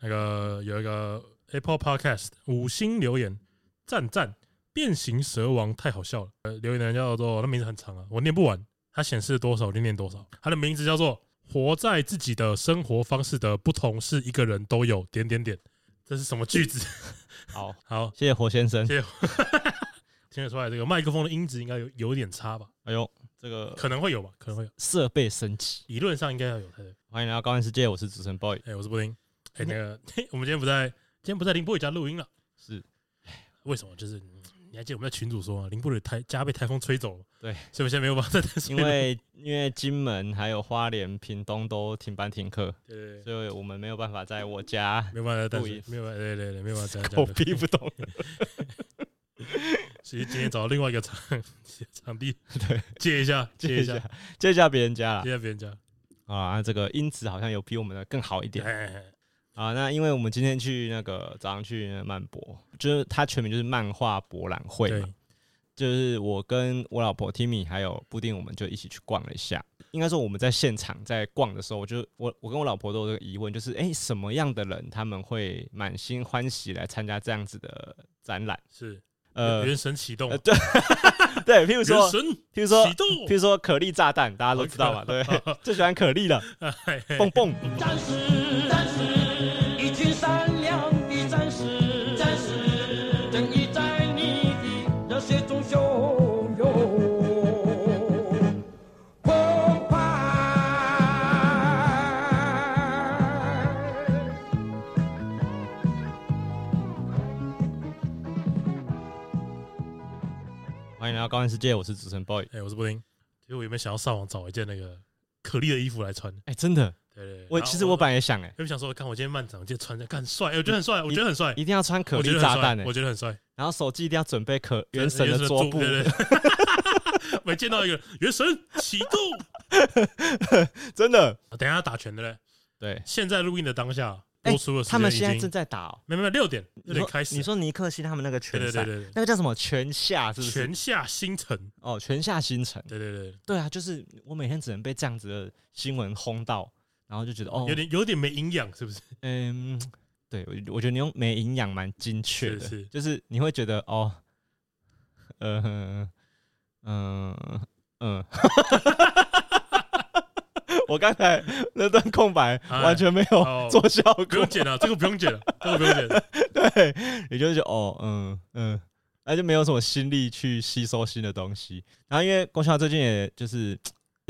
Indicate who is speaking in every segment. Speaker 1: 那个有一个 Apple Podcast 五星留言，赞赞，变形蛇王太好笑了。呃，留言的人叫做，那名字很长啊，我念不完。它显示多少我就念多少。它的名字叫做“活在自己的生活方式的不同是一个人都有点点点”，这是什么句子？
Speaker 2: 好，
Speaker 1: 好，
Speaker 2: 谢谢活先生
Speaker 1: 谢。 听得出来这个麦克风的音质应该有有点差吧？
Speaker 2: 哎呦，这个
Speaker 1: 可能会有吧，可能会有，
Speaker 2: 设备升级。
Speaker 1: 理论上应该要有才对。
Speaker 2: 欢迎来到高玩世界，我是主持人 boy。
Speaker 1: 哎、我是布丁。
Speaker 2: 嗯
Speaker 1: 哎、那个，我们今天不在，今天不在林波宇家录音了。哎
Speaker 2: 是，
Speaker 1: 为什么？就是嗯你还记得我们在群主说吗？林波宇台家被台风吹走了。
Speaker 2: 对，
Speaker 1: 所以我们现在没有办法在台
Speaker 2: 因 为因为金门还有花莲、屏东都停班停课，
Speaker 1: 对对对，
Speaker 2: 所以我们没有办法在我家
Speaker 1: 没有办法在淡
Speaker 2: 录
Speaker 1: 水
Speaker 2: 音，
Speaker 1: 没有办法，对对对，没有办法 在家
Speaker 2: 狗
Speaker 1: 录。
Speaker 2: 屁不懂。
Speaker 1: 所以今天找到另外一个场 场地
Speaker 2: 对，
Speaker 1: 借一下，借
Speaker 2: 借
Speaker 1: 一
Speaker 2: 一
Speaker 1: 下，
Speaker 2: 下，借一下别人家啦
Speaker 1: 借。一下别人家。
Speaker 2: 啊，这个音质好像有比我们的更好一点
Speaker 1: 哎哎，哎
Speaker 2: 啊。那因为我们今天去那个早上去那漫博，就是它全名就是漫画博览会嘛。
Speaker 1: 对，
Speaker 2: 就是我跟我老婆 Timmy 还有布丁，我们就一起去逛了一下。应该说我们在现场在逛的时候，我就我我跟我老婆都有这个疑问，就是诶，什么样的人他们会满心欢喜来参加这样子的展览？
Speaker 1: 是
Speaker 2: 呃，
Speaker 1: 原神启动，
Speaker 2: 呃
Speaker 1: 原
Speaker 2: 对，譬如说，
Speaker 1: 神
Speaker 2: 譬如说
Speaker 1: 启，动
Speaker 2: 譬，如说可丽炸弹，大家都知道嘛，对不 对，最喜欢可丽了，
Speaker 1: 哎
Speaker 2: 蹦蹦。
Speaker 3: 战士，战士，一群善良的战士，战士，正义在你的热血中汹涌澎湃。
Speaker 2: 欢迎来到高玩世界，我是主持人 boy。
Speaker 1: 哎，我是布丁。其实我有没有想要上网找一件那个可丽的衣服来穿？
Speaker 2: 哎，真的，
Speaker 1: 对对对，
Speaker 2: 我
Speaker 1: 然后
Speaker 2: 其实我本来也想，哎，
Speaker 1: 我就想说，看我今天漫长，我今天穿着，看很帅，哎我觉得很帅，我觉得很帅，
Speaker 2: 一定要穿可
Speaker 1: 我觉
Speaker 2: 丽
Speaker 1: 得很
Speaker 2: 炸
Speaker 1: 帅
Speaker 2: 弹，哎
Speaker 1: 我，觉得很帅。
Speaker 2: 然后手机一定要准备可原神的桌
Speaker 1: 桌
Speaker 2: 布，
Speaker 1: 对对。 对没见到一个原神启动，
Speaker 2: 真的，
Speaker 1: 等一下打拳的嘞。
Speaker 2: 对。
Speaker 1: 现在录音的当下
Speaker 2: 哎
Speaker 1: 播出的时
Speaker 2: 他们现
Speaker 1: 间
Speaker 2: 在
Speaker 1: 已经
Speaker 2: 正，在打、哦，
Speaker 1: 没有没有六点六
Speaker 2: 你
Speaker 1: 点
Speaker 2: 说
Speaker 1: 开始
Speaker 2: 你，说尼克西他们那个
Speaker 1: 对
Speaker 2: 拳
Speaker 1: 对
Speaker 2: 赛
Speaker 1: 对，对对，
Speaker 2: 那个叫什么拳下是不是？
Speaker 1: 全下星辰，
Speaker 2: 哦，拳下星辰。
Speaker 1: 对对对，
Speaker 2: 对啊，就是我每天只能被这样子的新闻轰到，然后就觉得哦
Speaker 1: 有，点有点没营养，是不是？
Speaker 2: 嗯，对我我觉得你用没营养蛮精确的，
Speaker 1: 是是
Speaker 2: 就是你会觉得哦，呃，嗯、嗯。 我刚才那段空白
Speaker 1: 哎
Speaker 2: 完全没有
Speaker 1: 哦
Speaker 2: 做效
Speaker 1: 不
Speaker 2: 果
Speaker 1: 用，剪了，这个不用剪了，这个不用剪 了。
Speaker 2: 对，你就会觉得哦，嗯嗯，那就没有什么心力去吸收新的东西。然后因为郭晓最近也就是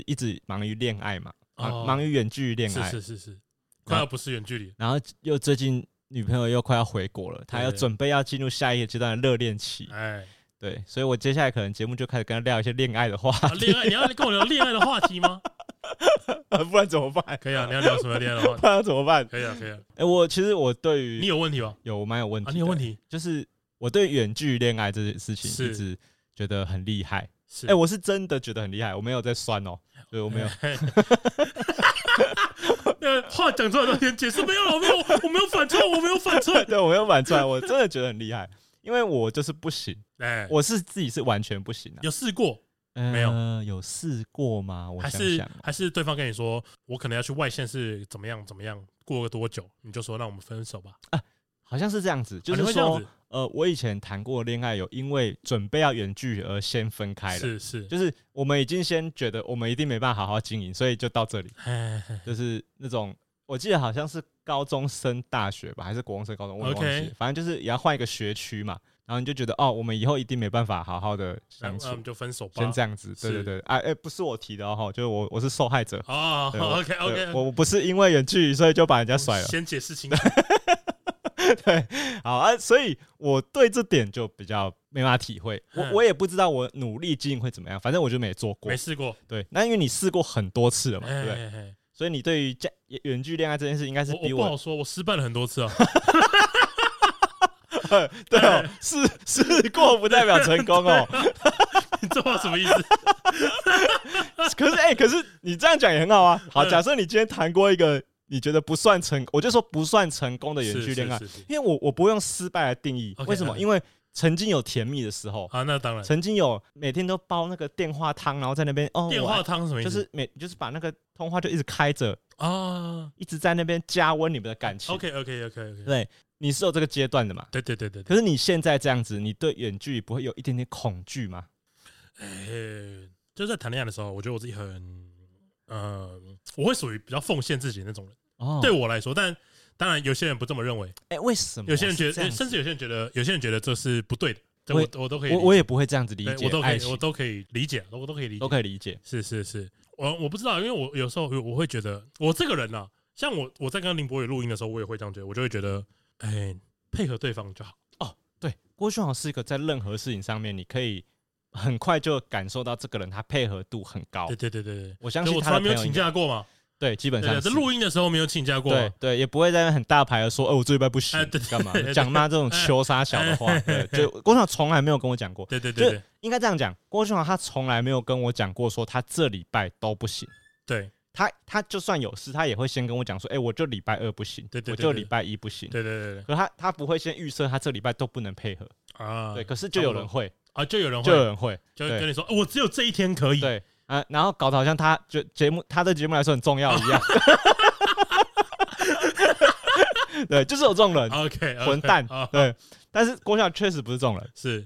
Speaker 2: 一直忙于恋爱嘛，忙
Speaker 1: 哦
Speaker 2: 啊忙于远距离恋爱，
Speaker 1: 是是是是，快要不是远距离，
Speaker 2: 然后又最近女朋友又快要回国了，她
Speaker 1: 对
Speaker 2: 要准备要进入下一个阶段的热恋期。
Speaker 1: 哎，
Speaker 2: 对，所以我接下来可能节目就开始跟她聊一些恋爱的话
Speaker 1: 啊
Speaker 2: 题，
Speaker 1: 恋爱你要跟我聊恋爱的话题吗？
Speaker 2: 不然怎么办？
Speaker 1: 可以啊，你要聊什么恋爱的话题？
Speaker 2: 不然怎么办？
Speaker 1: 可以啊，可以啊。
Speaker 2: 哎，我其实我对
Speaker 1: 你
Speaker 2: 于
Speaker 1: 有问题吧？
Speaker 2: 有我蛮有问题
Speaker 1: 啊，
Speaker 2: 的，
Speaker 1: 你有问题
Speaker 2: 就是我对远距离恋爱这件事情
Speaker 1: 是
Speaker 2: 一直觉得很厉害。
Speaker 1: 是
Speaker 2: 哎、我是真的觉得很厉害，我没有在酸哦，对我没 有，
Speaker 1: 呃，话讲出来都先解释没有了，我没有，我没有反串，我没有反串。
Speaker 2: 对我没有反 出来，我真的觉得很厉害，因为我就是不行，
Speaker 1: 哎，
Speaker 2: 我是自己是完全不行的、
Speaker 1: 有试过，
Speaker 2: 呃
Speaker 1: 没有
Speaker 2: 有试过吗？我
Speaker 1: 还
Speaker 2: 想
Speaker 1: 是
Speaker 2: 想哦，
Speaker 1: 还是对方跟你说，我可能要去外县市，怎么样怎么样，过个多久，你就说让我们分手吧。
Speaker 2: 好像是这样子，就
Speaker 1: 啊
Speaker 2: 是
Speaker 1: 你会这
Speaker 2: 说，
Speaker 1: 样子
Speaker 2: 呃，我以前谈过的恋爱，有因为准备要远距而先分开了。
Speaker 1: 是是，
Speaker 2: 就是我们已经先觉得我们一定没办法好好经营，所以就到这里。
Speaker 1: 哎
Speaker 2: 就是那种我记得好像是高中升大学吧，还是国中升高中，我也忘记了
Speaker 1: OK
Speaker 2: 反正就是也要换一个学区嘛。然后你就觉得哦，我们以后一定没办法好好的
Speaker 1: 那
Speaker 2: 相
Speaker 1: 那
Speaker 2: 处
Speaker 1: 我们，就分手吧。
Speaker 2: 先这样子。对对
Speaker 1: 是
Speaker 2: 对，啊，哎、不是我提的哦，就是我我是受害者。
Speaker 1: 哦
Speaker 2: 对我
Speaker 1: ，OK 哦
Speaker 2: 对
Speaker 1: OK，
Speaker 2: 我我不是因为远距离所以就把人家甩了。
Speaker 1: 先解释清楚。
Speaker 2: 对，好啊，所以我对这点就比较没办法体会。我
Speaker 1: 嗯
Speaker 2: 我也不知道我努力经营会怎么样，反正我就没做过
Speaker 1: 没。试过，
Speaker 2: 对，那因为你试过很多次了嘛，对
Speaker 1: 哎
Speaker 2: 不对？
Speaker 1: 哎，哎
Speaker 2: 所以你对于家远距恋爱这件事，应该是
Speaker 1: 我我
Speaker 2: 比
Speaker 1: 不好说，我失败了很多次啊。
Speaker 2: 对哦，试试过不代表成功哦。
Speaker 1: 你 这话什么意思？
Speaker 2: 可是哎、可是你这样讲也很好啊。好，
Speaker 1: 嗯
Speaker 2: 假设你今天谈过一个你觉得不算成，我就说不算成功的远
Speaker 1: 是是
Speaker 2: 距恋爱，
Speaker 1: 是是
Speaker 2: 因为我我不用失败来定义。
Speaker 1: OK，嗯
Speaker 2: 为什么？
Speaker 1: 好
Speaker 2: 因为曾经有甜蜜的时候，
Speaker 1: 啊，那当然。
Speaker 2: 曾经有每天都煲那个电话汤，然后在那边哦，
Speaker 1: 电
Speaker 2: 我
Speaker 1: 话
Speaker 2: 爱
Speaker 1: 汤是什么意
Speaker 2: 就
Speaker 1: 思？
Speaker 2: 是每就是把那个通话就一直开着，
Speaker 1: 啊
Speaker 2: 一直在那边加温你们的感情。
Speaker 1: ，OK OK OK OK，
Speaker 2: 对，你是有这个阶段的嘛？
Speaker 1: 对对对对对，
Speaker 2: 可是你现在这样子，你对远距离不会有一点点恐惧吗？
Speaker 1: 哎，就是在谈恋爱的时候，我觉得我自己很，呃，我会属于比较奉献自己的那种人，
Speaker 2: 哦
Speaker 1: 对，我来说，但当然有些人不这么认为，
Speaker 2: 哎、为什么？
Speaker 1: 有些人觉
Speaker 2: 是这
Speaker 1: 得，呃
Speaker 2: 样
Speaker 1: 甚
Speaker 2: 子
Speaker 1: 至有些人觉得，有些人觉得这是不对的，这
Speaker 2: 我
Speaker 1: 我我都可以理
Speaker 2: 我
Speaker 1: 解，
Speaker 2: 我也不会这样子理
Speaker 1: 对
Speaker 2: 解，
Speaker 1: 我都可
Speaker 2: 爱
Speaker 1: 以，
Speaker 2: 情
Speaker 1: 我都可以理解，我都可以理
Speaker 2: 都
Speaker 1: 解，
Speaker 2: 可以理解。
Speaker 1: 是是是，我我不知道，因为我有时候我会觉得，我这个人啊，像我我在跟林博宇录音的时候，我也会这样觉得，我就会觉得，哎、配合对方就好。
Speaker 2: 对，郭俊豪是一个在任何事情上面，你可以很快就感受到这个人他配合度很高
Speaker 1: 对。对对对对，
Speaker 2: 我相
Speaker 1: 就
Speaker 2: 信
Speaker 1: 我
Speaker 2: 他
Speaker 1: 从
Speaker 2: 的
Speaker 1: 来没
Speaker 2: 朋
Speaker 1: 有
Speaker 2: 友
Speaker 1: 请
Speaker 2: 应该，
Speaker 1: 假过嘛，
Speaker 2: 对，基本
Speaker 1: 对啊，
Speaker 2: 上
Speaker 1: 在
Speaker 2: 是
Speaker 1: 录音的时候没有请假过嘛，
Speaker 2: 对对，也不会在那边很大牌的说，哦，我这礼拜不行
Speaker 1: 哎对，
Speaker 2: 干嘛
Speaker 1: 对哎对
Speaker 2: 讲嘛这种羞杀小的话，对，就
Speaker 1: 哎
Speaker 2: 郭俊豪从来没有跟我讲过，
Speaker 1: 对对对对
Speaker 2: 应该这样讲，郭俊豪他从来没有跟我讲过说他这礼拜都不行。
Speaker 1: 对
Speaker 2: 他他就算有事，他也会先跟我讲说，哎、我就礼拜二不行，
Speaker 1: 对对对
Speaker 2: 我就
Speaker 1: 对
Speaker 2: 礼拜一不行。
Speaker 1: 对对对对
Speaker 2: 可他他不会先预设他这礼拜都不能配合，
Speaker 1: 啊，
Speaker 2: 对。可是就有人会，
Speaker 1: 啊，就有人
Speaker 2: 就有
Speaker 1: 会
Speaker 2: 人会，
Speaker 1: 就
Speaker 2: 对
Speaker 1: 跟你说，哦我只有这一天可以，
Speaker 2: 对啊、然后搞得好像他就节目他对节目来说很重要一样。 对，就是有这种人，
Speaker 1: ，OK，
Speaker 2: 混蛋
Speaker 1: 啊，
Speaker 2: 对。但是郭晓确实不是这种人，
Speaker 1: 是，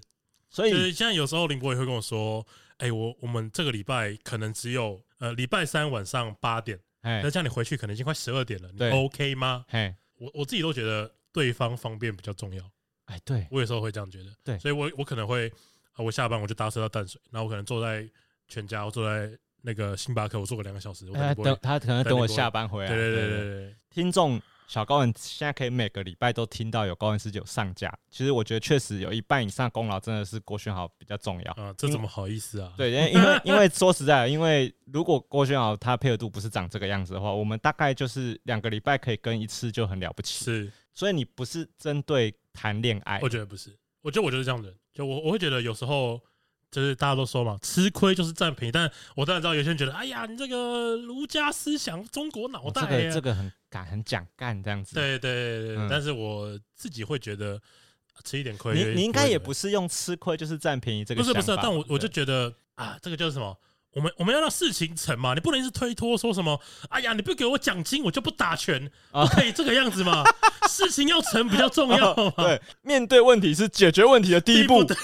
Speaker 2: 所
Speaker 1: 就
Speaker 2: 以
Speaker 1: 是现在有时候林博宇会跟我说，哎，我我们这个礼拜可能只有呃礼拜三晚上八点。
Speaker 2: 哎
Speaker 1: 那这样你回去可能已经快十二点了，你
Speaker 2: 对
Speaker 1: OK 吗？
Speaker 2: 哎
Speaker 1: 我我自己都觉得对方方便比较重要，
Speaker 2: 哎，对
Speaker 1: 我有时候会这样觉得。
Speaker 2: 对
Speaker 1: 所以我我可能会、啊我下班我就搭车到淡水，然后我可能坐在全家，我坐在那个星巴克，我坐个两个小时，我可能
Speaker 2: 哎，
Speaker 1: 不会。
Speaker 2: 等他可能
Speaker 1: 等
Speaker 2: 等
Speaker 1: 你
Speaker 2: 我
Speaker 1: 过
Speaker 2: 下班回
Speaker 1: 对啊
Speaker 2: 来。
Speaker 1: 对对对对，
Speaker 2: 听众小高人现在可以每个礼拜都听到有高人师姐有上架，其实我觉得确实有一半以上功劳真的是郭轩豪比较重要。
Speaker 1: 啊，这怎么好意思啊？
Speaker 2: 对，因为因为因为说实在啊的，因为如果郭轩豪他配合度不是长这个样子的话，我们大概就是两个礼拜可以跟一次就很了不起。
Speaker 1: 是，
Speaker 2: 所以你不是针对谈恋爱
Speaker 1: 我，觉得不是，我觉得我就是这样的人，就我我会觉得有时候。就是大家都说嘛，吃亏就是占便宜。但我当然知道有些人觉得，哎呀，你这个儒家思想、中国脑
Speaker 2: 哦
Speaker 1: 袋、
Speaker 2: 这
Speaker 1: 啊
Speaker 2: 个这个很敢很讲干这样子。
Speaker 1: 对对对对，
Speaker 2: 嗯
Speaker 1: 但是我自己会觉得呃吃一点亏，
Speaker 2: 你你应该也不
Speaker 1: 是
Speaker 2: 是用吃亏就是占便宜这个
Speaker 1: 不是不是
Speaker 2: 想
Speaker 1: 啊，
Speaker 2: 法
Speaker 1: 但我我就
Speaker 2: 对
Speaker 1: 觉得啊，这个叫什么？我们我们要让事情成嘛，你不能一直推脱，说什么哎呀，你不给我奖金，我就不打拳，
Speaker 2: 啊
Speaker 1: 不可以这个样子 嘛？事情要成比较重要嘛。
Speaker 2: 对面对问题是解决问题的第一步。
Speaker 1: 对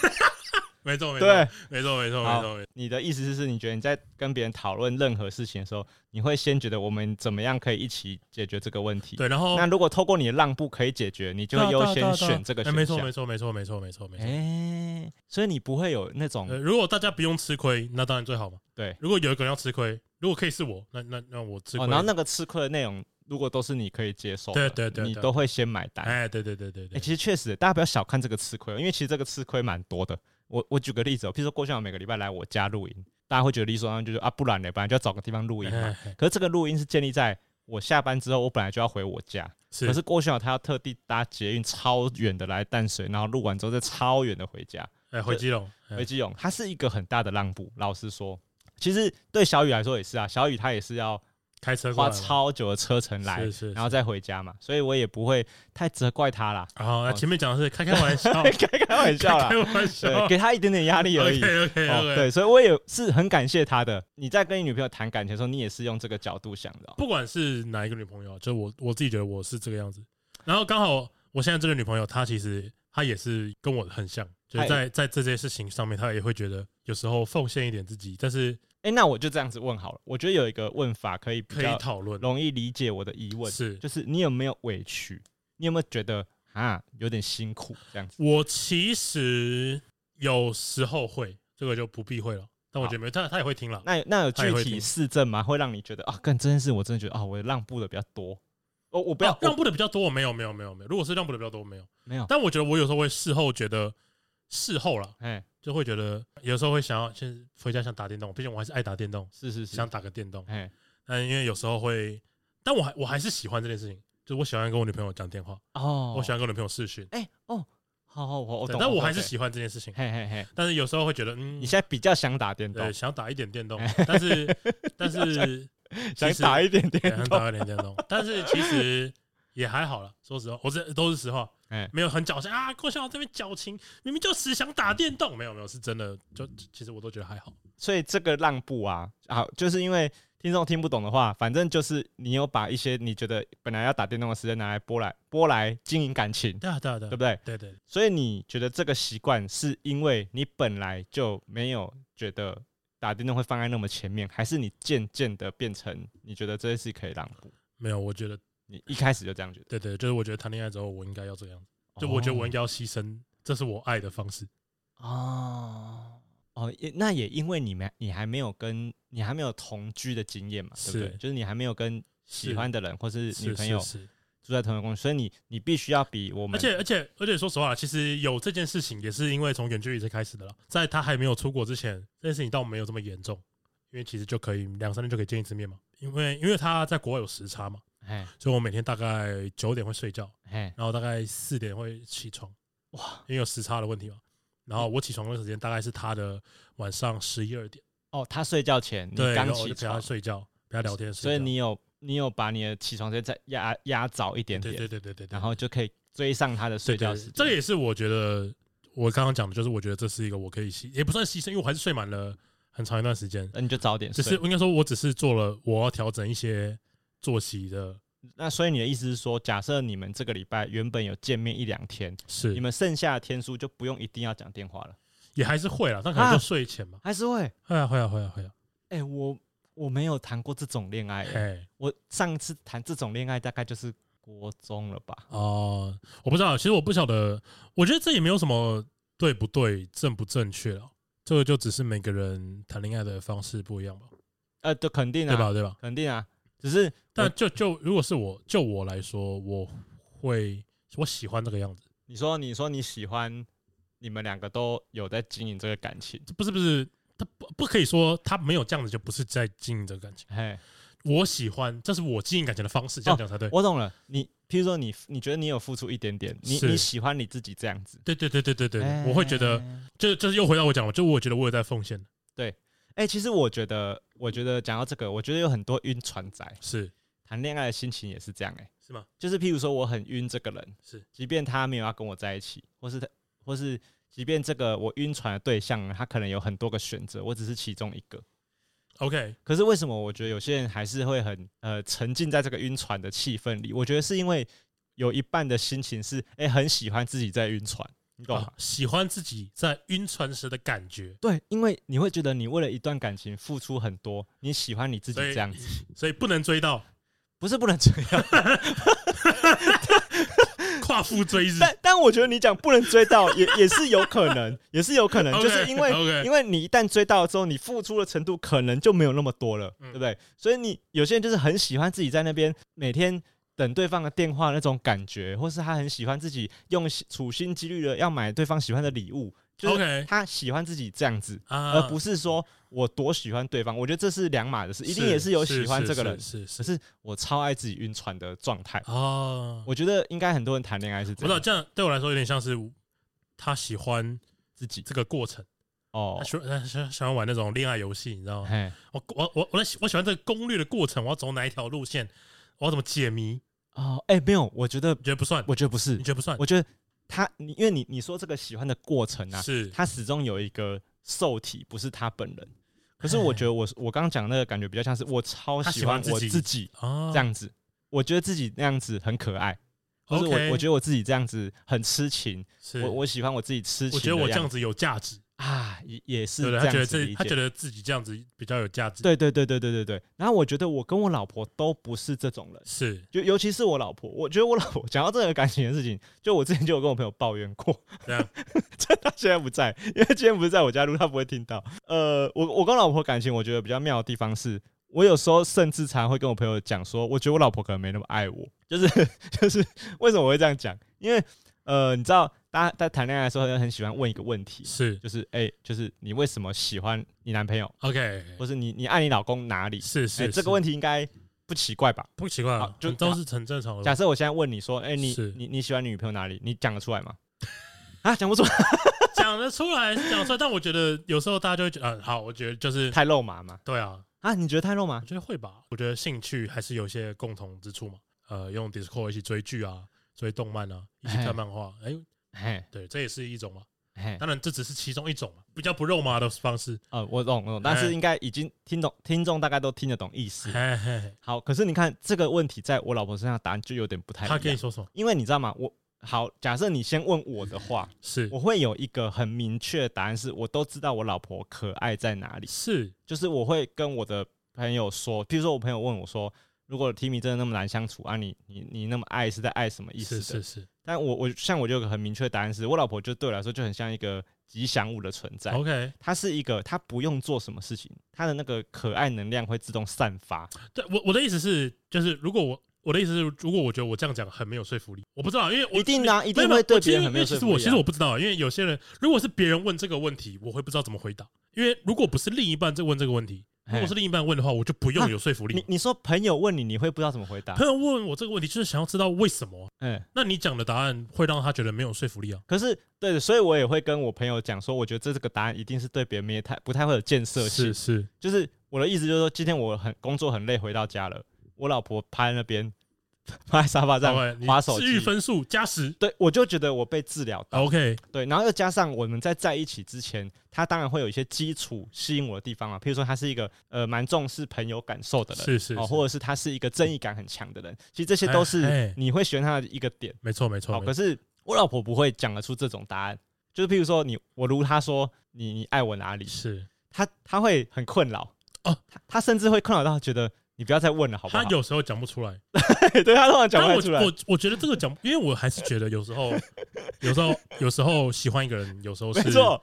Speaker 1: 没错没错
Speaker 2: 对，
Speaker 1: 没错没错没
Speaker 2: 好
Speaker 1: 错没错，
Speaker 2: 你的意思就是，你觉得你在跟别人讨论任何事情的时候，你会先觉得我们怎么样可以一起解决这个问题？。
Speaker 1: 对，然后
Speaker 2: 那如果透过你的让步可以解决，你就会优先选这个
Speaker 1: 哎
Speaker 2: 选
Speaker 1: 没错
Speaker 2: 项
Speaker 1: 没。错没错没错没错没错。
Speaker 2: 哎，所以你不会有那种
Speaker 1: 呃，如果大家不用吃亏，那当然最好嘛。
Speaker 2: 对
Speaker 1: 如果有一个人要吃亏，如果可以是我，那那那我吃亏。
Speaker 2: 哦，然后那个吃亏的内容，如果都是你可以接受的，
Speaker 1: 对对对对
Speaker 2: 你都会先买单。
Speaker 1: 哎，对对对对
Speaker 2: 哎，
Speaker 1: 对，
Speaker 2: 其实确实，大家不要小看这个吃亏哦，因为其实这个吃亏蛮多的。我我举个例子哦，譬如说郭校每个礼拜来我家录音，大家会觉得理所当然，就是啊，不然呢，本来就要找个地方录音嘛。
Speaker 1: 哎
Speaker 2: 可是这个录音是建立在我下班之后，我本来就要回我家，
Speaker 1: 是
Speaker 2: 可是郭轩豪他要特地搭捷运超远的来淡水，然后录完之后再超远的回家。
Speaker 1: 哎，回基隆，哎
Speaker 2: 回基勇他是一个很大的让步，老实说，其实对小雨来说也是啊，小雨他也是要
Speaker 1: 开车过
Speaker 2: 花
Speaker 1: 来，
Speaker 2: 超久的车程来
Speaker 1: 是，是，
Speaker 2: 然后再回家嘛，所以我也不会太责怪他 啦，
Speaker 1: 然后
Speaker 2: 哦
Speaker 1: 啊前面讲的是开开玩笑，
Speaker 2: 开开玩笑啦
Speaker 1: 开，玩笑
Speaker 2: 对，，给他一点点压 力而已。
Speaker 1: OK OK
Speaker 2: 哦，
Speaker 1: OK，
Speaker 2: 对，所以我也是很感谢他的。你在跟你女朋友谈感情的时候，你也是用这个角度想的哦、
Speaker 1: 不管是哪一个女朋友，就我我自己觉得我是这个样子，然后刚好我现在这个女朋友，她其实她也是跟我很像，就是在在这些事情上面，她也会觉得有时候奉献一点自己，但是
Speaker 2: 哎、那我就这样子问好了。我觉得有一个问法可以比
Speaker 1: 可以
Speaker 2: 较
Speaker 1: 讨论，
Speaker 2: 容易理解我的疑问，
Speaker 1: 是
Speaker 2: 就是你有没有委屈？你有没有觉得啊有点辛苦这样子？
Speaker 1: 我其实有时候会，这个就不避讳了，但我觉得没有，她她也会听了。
Speaker 2: 那有那有
Speaker 1: 他也
Speaker 2: 具
Speaker 1: 会
Speaker 2: 体
Speaker 1: 听
Speaker 2: 市政吗？会让你觉得啊，干这件事我真的觉得啊，我让步的比较多。我我不要、
Speaker 1: 啊让
Speaker 2: 我
Speaker 1: 步的比较多，我没有没有没有没有。如果是让步的比较多，我没有。
Speaker 2: 没有，
Speaker 1: 但我觉得我有时候会事后觉得，事后啦，
Speaker 2: 哎，
Speaker 1: 就会觉得有时候会想要先回家想打电动，毕竟我还是爱打电动，
Speaker 2: 是是是
Speaker 1: 想，打个电动。
Speaker 2: 哎，
Speaker 1: 但因为有时候会，但我还我还是喜欢这件事情，就是我喜欢跟我女朋友讲电话，
Speaker 2: 哦，
Speaker 1: 我喜欢跟我女朋友视讯，
Speaker 2: 哎哦，好好我我
Speaker 1: 对
Speaker 2: 懂，
Speaker 1: 但
Speaker 2: 我
Speaker 1: 我
Speaker 2: 懂
Speaker 1: 还是
Speaker 2: 对
Speaker 1: 喜欢这件事 情。
Speaker 2: 嘿嘿嘿，
Speaker 1: 但是有时候会觉得，嗯
Speaker 2: 你，现在比较想打电动
Speaker 1: 对，，想打一点电 动，但是但是
Speaker 2: 想
Speaker 1: 其实
Speaker 2: 打一点
Speaker 1: 对
Speaker 2: 电
Speaker 1: 很
Speaker 2: 动，
Speaker 1: 打一点电动，但是其实也还好了。说实话，我这都是实话，
Speaker 2: 哎
Speaker 1: 没有很矫情啊。郭晓这边矫情，明明就只想打电动，没有没有，是真的。就其实我都觉得还好。
Speaker 2: 所以这个让步啊，啊，就是因为听众听不懂的话，反正就是你有把一些你觉得本来要打电动的时间拿来拨来拨来经营感情，
Speaker 1: 对啊，对啊，对啊
Speaker 2: 对不，对？
Speaker 1: 对对，
Speaker 2: 所以你觉得这个习惯是因为你本来就没有觉得打电动会放在那么前面，还是你渐渐的变成你觉得这件事可以让步？
Speaker 1: 没有，我觉得，
Speaker 2: 你一开始就这样觉得？
Speaker 1: 对对，就是我觉得谈恋爱之后，我应该要这个样子，就我觉得我应该要牺牲，这是我爱的方式。
Speaker 2: 哦哦，也那也因为你们你还没有跟你还没有同居的经验嘛，对不对？
Speaker 1: 是
Speaker 2: 就是你还没有跟喜
Speaker 1: 是
Speaker 2: 欢的人或是
Speaker 1: 是
Speaker 2: 女朋
Speaker 1: 是
Speaker 2: 友
Speaker 1: 是
Speaker 2: 住在同一个公寓，所以你你必须要比我们
Speaker 1: 而且而且而且，说实话，其实有这件事情也是因为从远距离才开始的了。在他还没有出国之前，这件事情倒没有这么严重，因为其实就可以两三天就可以见一次面嘛。因为因为他在国外有时差嘛，
Speaker 2: 哎
Speaker 1: 所以我每天大概九点会睡觉，
Speaker 2: 哎
Speaker 1: 然后大概四点会起床，
Speaker 2: 哇
Speaker 1: 因为有时差的问题嘛。然后我起床的时间大概是他的晚上十一二点，
Speaker 2: 哦，他睡觉前你
Speaker 1: 对，然
Speaker 2: 刚
Speaker 1: 后我就
Speaker 2: 起
Speaker 1: 陪他
Speaker 2: 床，
Speaker 1: 睡觉，陪他聊天，
Speaker 2: 所以
Speaker 1: 睡觉
Speaker 2: 你有你有把你的起床时间再压压早一点
Speaker 1: 对
Speaker 2: 点，
Speaker 1: 对对对对，对
Speaker 2: 然后就可以追上他的睡觉
Speaker 1: 对
Speaker 2: 时间。
Speaker 1: 这个也是我觉得我刚刚讲的，就是我觉得这是一个我可以牺，也不算牺牲，因为我还是睡满了很长一段时间。
Speaker 2: 那你就早点
Speaker 1: 只是
Speaker 2: 呃睡。
Speaker 1: 应该说，我只是做了我要调整一些作息的，
Speaker 2: 那所以你的意思是说，假设你们这个礼拜原本有见面一两天，
Speaker 1: 是
Speaker 2: 你们剩下的天数就不用一定要讲电话了，
Speaker 1: 也还是会啦，但可能
Speaker 2: 啊
Speaker 1: 就睡前嘛，
Speaker 2: 还是会
Speaker 1: 会啊会啊会啊会啊，
Speaker 2: 哎、我我没有谈过这种恋爱欸、
Speaker 1: 哎
Speaker 2: 我上次谈这种恋爱大概就是国中了吧？
Speaker 1: 哦，我不知道，其实我不晓得，我觉得这也没有什么对不对、正不正确了，这个就只是每个人谈恋爱的方式不一样吧，
Speaker 2: 呃，对，肯定啊，
Speaker 1: 对吧？对吧？
Speaker 2: 肯定啊，只是
Speaker 1: 但
Speaker 2: 我
Speaker 1: 就就如果是我，就我来说，我会我喜欢这个样子。
Speaker 2: 你说你说你喜欢，你们两个都有在经营这个感情，
Speaker 1: 不是不是，他不不可以说他没有这样子就不是在经营这个感情。
Speaker 2: 嘿，
Speaker 1: 我喜欢，这是我经营感情的方式，这样讲才对。
Speaker 2: 哦我懂了。你譬如说你你觉得你有付出一点点，你
Speaker 1: 是
Speaker 2: 你喜欢你自己这样子，
Speaker 1: 对对对对对对，
Speaker 2: 哎
Speaker 1: 我会觉得，就就是又回到我讲了，就我觉得我有在奉献，
Speaker 2: 哎、其实我觉得，我觉得讲到这个，我觉得有很多晕船仔
Speaker 1: 是
Speaker 2: 谈恋爱的心情也是这样、哎。
Speaker 1: 是吗？
Speaker 2: 就是譬如说我很晕这个人，
Speaker 1: 是，
Speaker 2: 即便他没有要跟我在一起，或是他，或是即便这个我晕船的对象，他可能有很多个选择，我只是其中一个。
Speaker 1: OK，
Speaker 2: 可是为什么我觉得有些人还是会很呃沉浸在这个晕船的气氛里？我觉得是因为有一半的心情是哎、很喜欢自己在晕船，你懂吗？
Speaker 1: 啊喜欢自己在晕船时的感觉，
Speaker 2: 对，因为你会觉得你为了一段感情付出很多，你喜欢你自己
Speaker 1: 所以
Speaker 2: 这样子，
Speaker 1: 所以不能追到
Speaker 2: 不是不能这样，
Speaker 1: 夸父追日。
Speaker 2: 但但我觉得你讲不能追到，也也是有可 能，也是有可能，
Speaker 1: OK，
Speaker 2: 就是因为
Speaker 1: OK
Speaker 2: 因为你一旦追到之后，你付出的程度可能就没有那么多了，
Speaker 1: 嗯
Speaker 2: 对不对？所以你有些人就是很喜欢自己在那边每天等对方的电话那种感觉，或是他很喜欢自己用心处心积虑的要买对方喜欢的礼物，就是
Speaker 1: OK
Speaker 2: 他喜欢自己这样子。
Speaker 1: 啊
Speaker 2: 而不是说我多喜欢对方，我觉得这是两码的事，一定也是有喜欢这个人，
Speaker 1: 是
Speaker 2: 可
Speaker 1: 是
Speaker 2: 是我超爱自己晕船的状态。
Speaker 1: 哦，我
Speaker 2: 我觉得应该很多人谈恋爱是
Speaker 1: 不
Speaker 2: 这
Speaker 1: 知道
Speaker 2: 样，
Speaker 1: 这样对我来说有点像是他喜欢
Speaker 2: 自己
Speaker 1: 这个过程，
Speaker 2: 哦
Speaker 1: 他，喜欢他喜欢喜欢玩那种恋爱游戏，你知道吗？
Speaker 2: 嘿，
Speaker 1: 我我我我在喜我喜欢这个攻略的过程，我要走哪一条路线，我要怎么解谜？
Speaker 2: 哦，哎，没有，我觉得
Speaker 1: 你，觉得不算？
Speaker 2: 我觉得不是
Speaker 1: 你，觉得不算？
Speaker 2: 我觉得他，你因为你你说这个喜欢的过程啊，
Speaker 1: 是
Speaker 2: 他始终有一个受体，不是他本人。可是我觉得我我刚刚讲那个感觉比较像是我超
Speaker 1: 他
Speaker 2: 喜
Speaker 1: 喜
Speaker 2: 欢
Speaker 1: 欢自
Speaker 2: 我
Speaker 1: 己
Speaker 2: 自己
Speaker 1: 啊
Speaker 2: 这样子，我觉得自己那样子很可爱，或是
Speaker 1: OK
Speaker 2: 我我觉得我自己这样子很痴情，
Speaker 1: 是
Speaker 2: 我我喜欢我自己痴
Speaker 1: 我
Speaker 2: 情的
Speaker 1: 觉
Speaker 2: 样
Speaker 1: 得
Speaker 2: 子，
Speaker 1: 我这样子有价值，
Speaker 2: 啊，也也是
Speaker 1: 对不
Speaker 2: 这
Speaker 1: 对？他觉
Speaker 2: 样
Speaker 1: 得
Speaker 2: 子
Speaker 1: 这
Speaker 2: 理
Speaker 1: 他觉
Speaker 2: 解。
Speaker 1: 得自己这样子比较有价值，
Speaker 2: 对对对对对对对。然后我觉得我跟我老婆都不是这种人，
Speaker 1: 是
Speaker 2: 就尤其是我老婆，我觉得我老婆 讲到这个感情的事情，就我之前就有跟我朋友抱怨过，
Speaker 1: 这 样
Speaker 2: 就她现在不在，因为今天不是在我家录，她不会听到。呃，我我跟老婆感情，我觉得比较妙的地方是。我有时候甚至常会跟我朋友讲说，我觉得我老婆可能没那么爱我，就是 就是为什么我会这样讲？因为呃，你知道，大家在谈恋爱的时候很喜欢问一个问题，
Speaker 1: 是
Speaker 2: 就是哎、就是你为什么喜欢你男朋友，
Speaker 1: OK，
Speaker 2: 或是你你爱你老公哪里？
Speaker 1: 是
Speaker 2: 哎、
Speaker 1: 是
Speaker 2: 这个
Speaker 1: 是
Speaker 2: 问题应该不奇怪吧？
Speaker 1: 不奇怪啊
Speaker 2: 好，就
Speaker 1: 很都是很正常的。
Speaker 2: 假设我现在问你说，哎、你
Speaker 1: 是
Speaker 2: 你你喜欢你女朋友哪里？你讲得出来吗？ 啊，讲不出来，
Speaker 1: 讲得出来是讲得出来，但我觉得有时候大家就会觉得，啊好，我觉得就是
Speaker 2: 太肉麻嘛？
Speaker 1: 对啊，
Speaker 2: 啊，你觉得太肉麻
Speaker 1: 我？觉得会吧。我觉得兴趣还是有一些共同之处嘛。呃，用 Discord 一起追剧啊，追动漫啊，一起
Speaker 2: 哎
Speaker 1: 看漫画，哎，
Speaker 2: 嘿，
Speaker 1: 对，这也是一种嘛。
Speaker 2: 嘿，
Speaker 1: 当然，这只是其中一种嘛，比较不肉麻的方式。
Speaker 2: 呃，我懂我懂，但
Speaker 1: 哎
Speaker 2: 是应该已经听懂，听众大概都听得懂意 思。
Speaker 1: 嘿嘿嘿，
Speaker 2: 好，可是你看这个问题，在我老婆身上答案就有点不太
Speaker 1: 他
Speaker 2: 一
Speaker 1: 跟你
Speaker 2: 样，
Speaker 1: 说什么？
Speaker 2: 因为你知道吗？我好，假设你先问我的话，
Speaker 1: 是
Speaker 2: 我会有一个很明确的答案，是我都知道我老婆可爱在哪里，
Speaker 1: 是，
Speaker 2: 就是我会跟我的朋友说，譬如说我朋友问我说，如果 Timmy 真的那么难相处啊，你你你那么爱是在爱什么意思
Speaker 1: 是
Speaker 2: 的？
Speaker 1: 是是
Speaker 2: 但我我像我就有个很明确的答案是，我老婆就对我来说就很像一个吉祥物的存在，
Speaker 1: ，OK。
Speaker 2: 她是一个她不用做什么事情，她的那个可爱能量会自动散发。
Speaker 1: 对我我的意思是，就是如果我我的意思是，如果我觉得我这样讲很没有说服力，我不知道，因为我
Speaker 2: 一定啊
Speaker 1: 没有
Speaker 2: 一定
Speaker 1: 没有
Speaker 2: 会对
Speaker 1: 我其实
Speaker 2: 别人很没有
Speaker 1: 因为其实
Speaker 2: 说服力
Speaker 1: 我
Speaker 2: 啊
Speaker 1: 其实我不知道，因为有些人如果是别人问这个问题，我会不知道怎么回答，因为如果不是另一半在问这个问题，如果
Speaker 2: 嘿
Speaker 1: 是另一半问的话，我就不用有说服
Speaker 2: 你
Speaker 1: 力。
Speaker 2: 你说朋友问你，你会不知道怎么回答
Speaker 1: 朋？友问我这个问题，就是想要知道为什么。
Speaker 2: 嗯，
Speaker 1: 那你讲的答案会让他觉得没有说服力啊？
Speaker 2: 可是对，所以我也会跟我朋友讲说，我觉得这这个答案一定是对别人没太不太会有建设性
Speaker 1: 是。是，
Speaker 2: 就是我的意思就是说，今天我很工作很累，回到家了，我老婆趴在那边 趴在沙发上
Speaker 1: 哦 OK，你
Speaker 2: 划手
Speaker 1: 治愈
Speaker 2: 机，
Speaker 1: 分数加十
Speaker 2: 对我就觉得我被治疗到。
Speaker 1: ，OK，
Speaker 2: 对，然后又加上我们在在一起之前，他当然会有一些基础吸引我的地方嘛，啊譬如说他是一个呃蛮重视朋友感受的人，
Speaker 1: 是是是
Speaker 2: 哦，或者是他是一个正义感很强的人，其实这些都
Speaker 1: 哎
Speaker 2: 是
Speaker 1: 哎
Speaker 2: 你会喜欢他的一个点。
Speaker 1: 没错没错
Speaker 2: 好，，
Speaker 1: 没
Speaker 2: 可是我老婆不会讲得出这种答案，就是譬如说你我如她说你你爱我哪里
Speaker 1: 错，是
Speaker 2: 她她会很困扰
Speaker 1: 哦，
Speaker 2: 她她甚至会困扰到觉得你不要再问了，好不好
Speaker 1: 他？有时候讲不出来，
Speaker 2: 对她突然
Speaker 1: 但
Speaker 2: 讲不太
Speaker 1: 我
Speaker 2: 出来
Speaker 1: 我，我觉得这个 讲，因为我还是觉得有时候，有时候有时候喜欢一个人，有时候
Speaker 2: 没
Speaker 1: 是
Speaker 2: 错，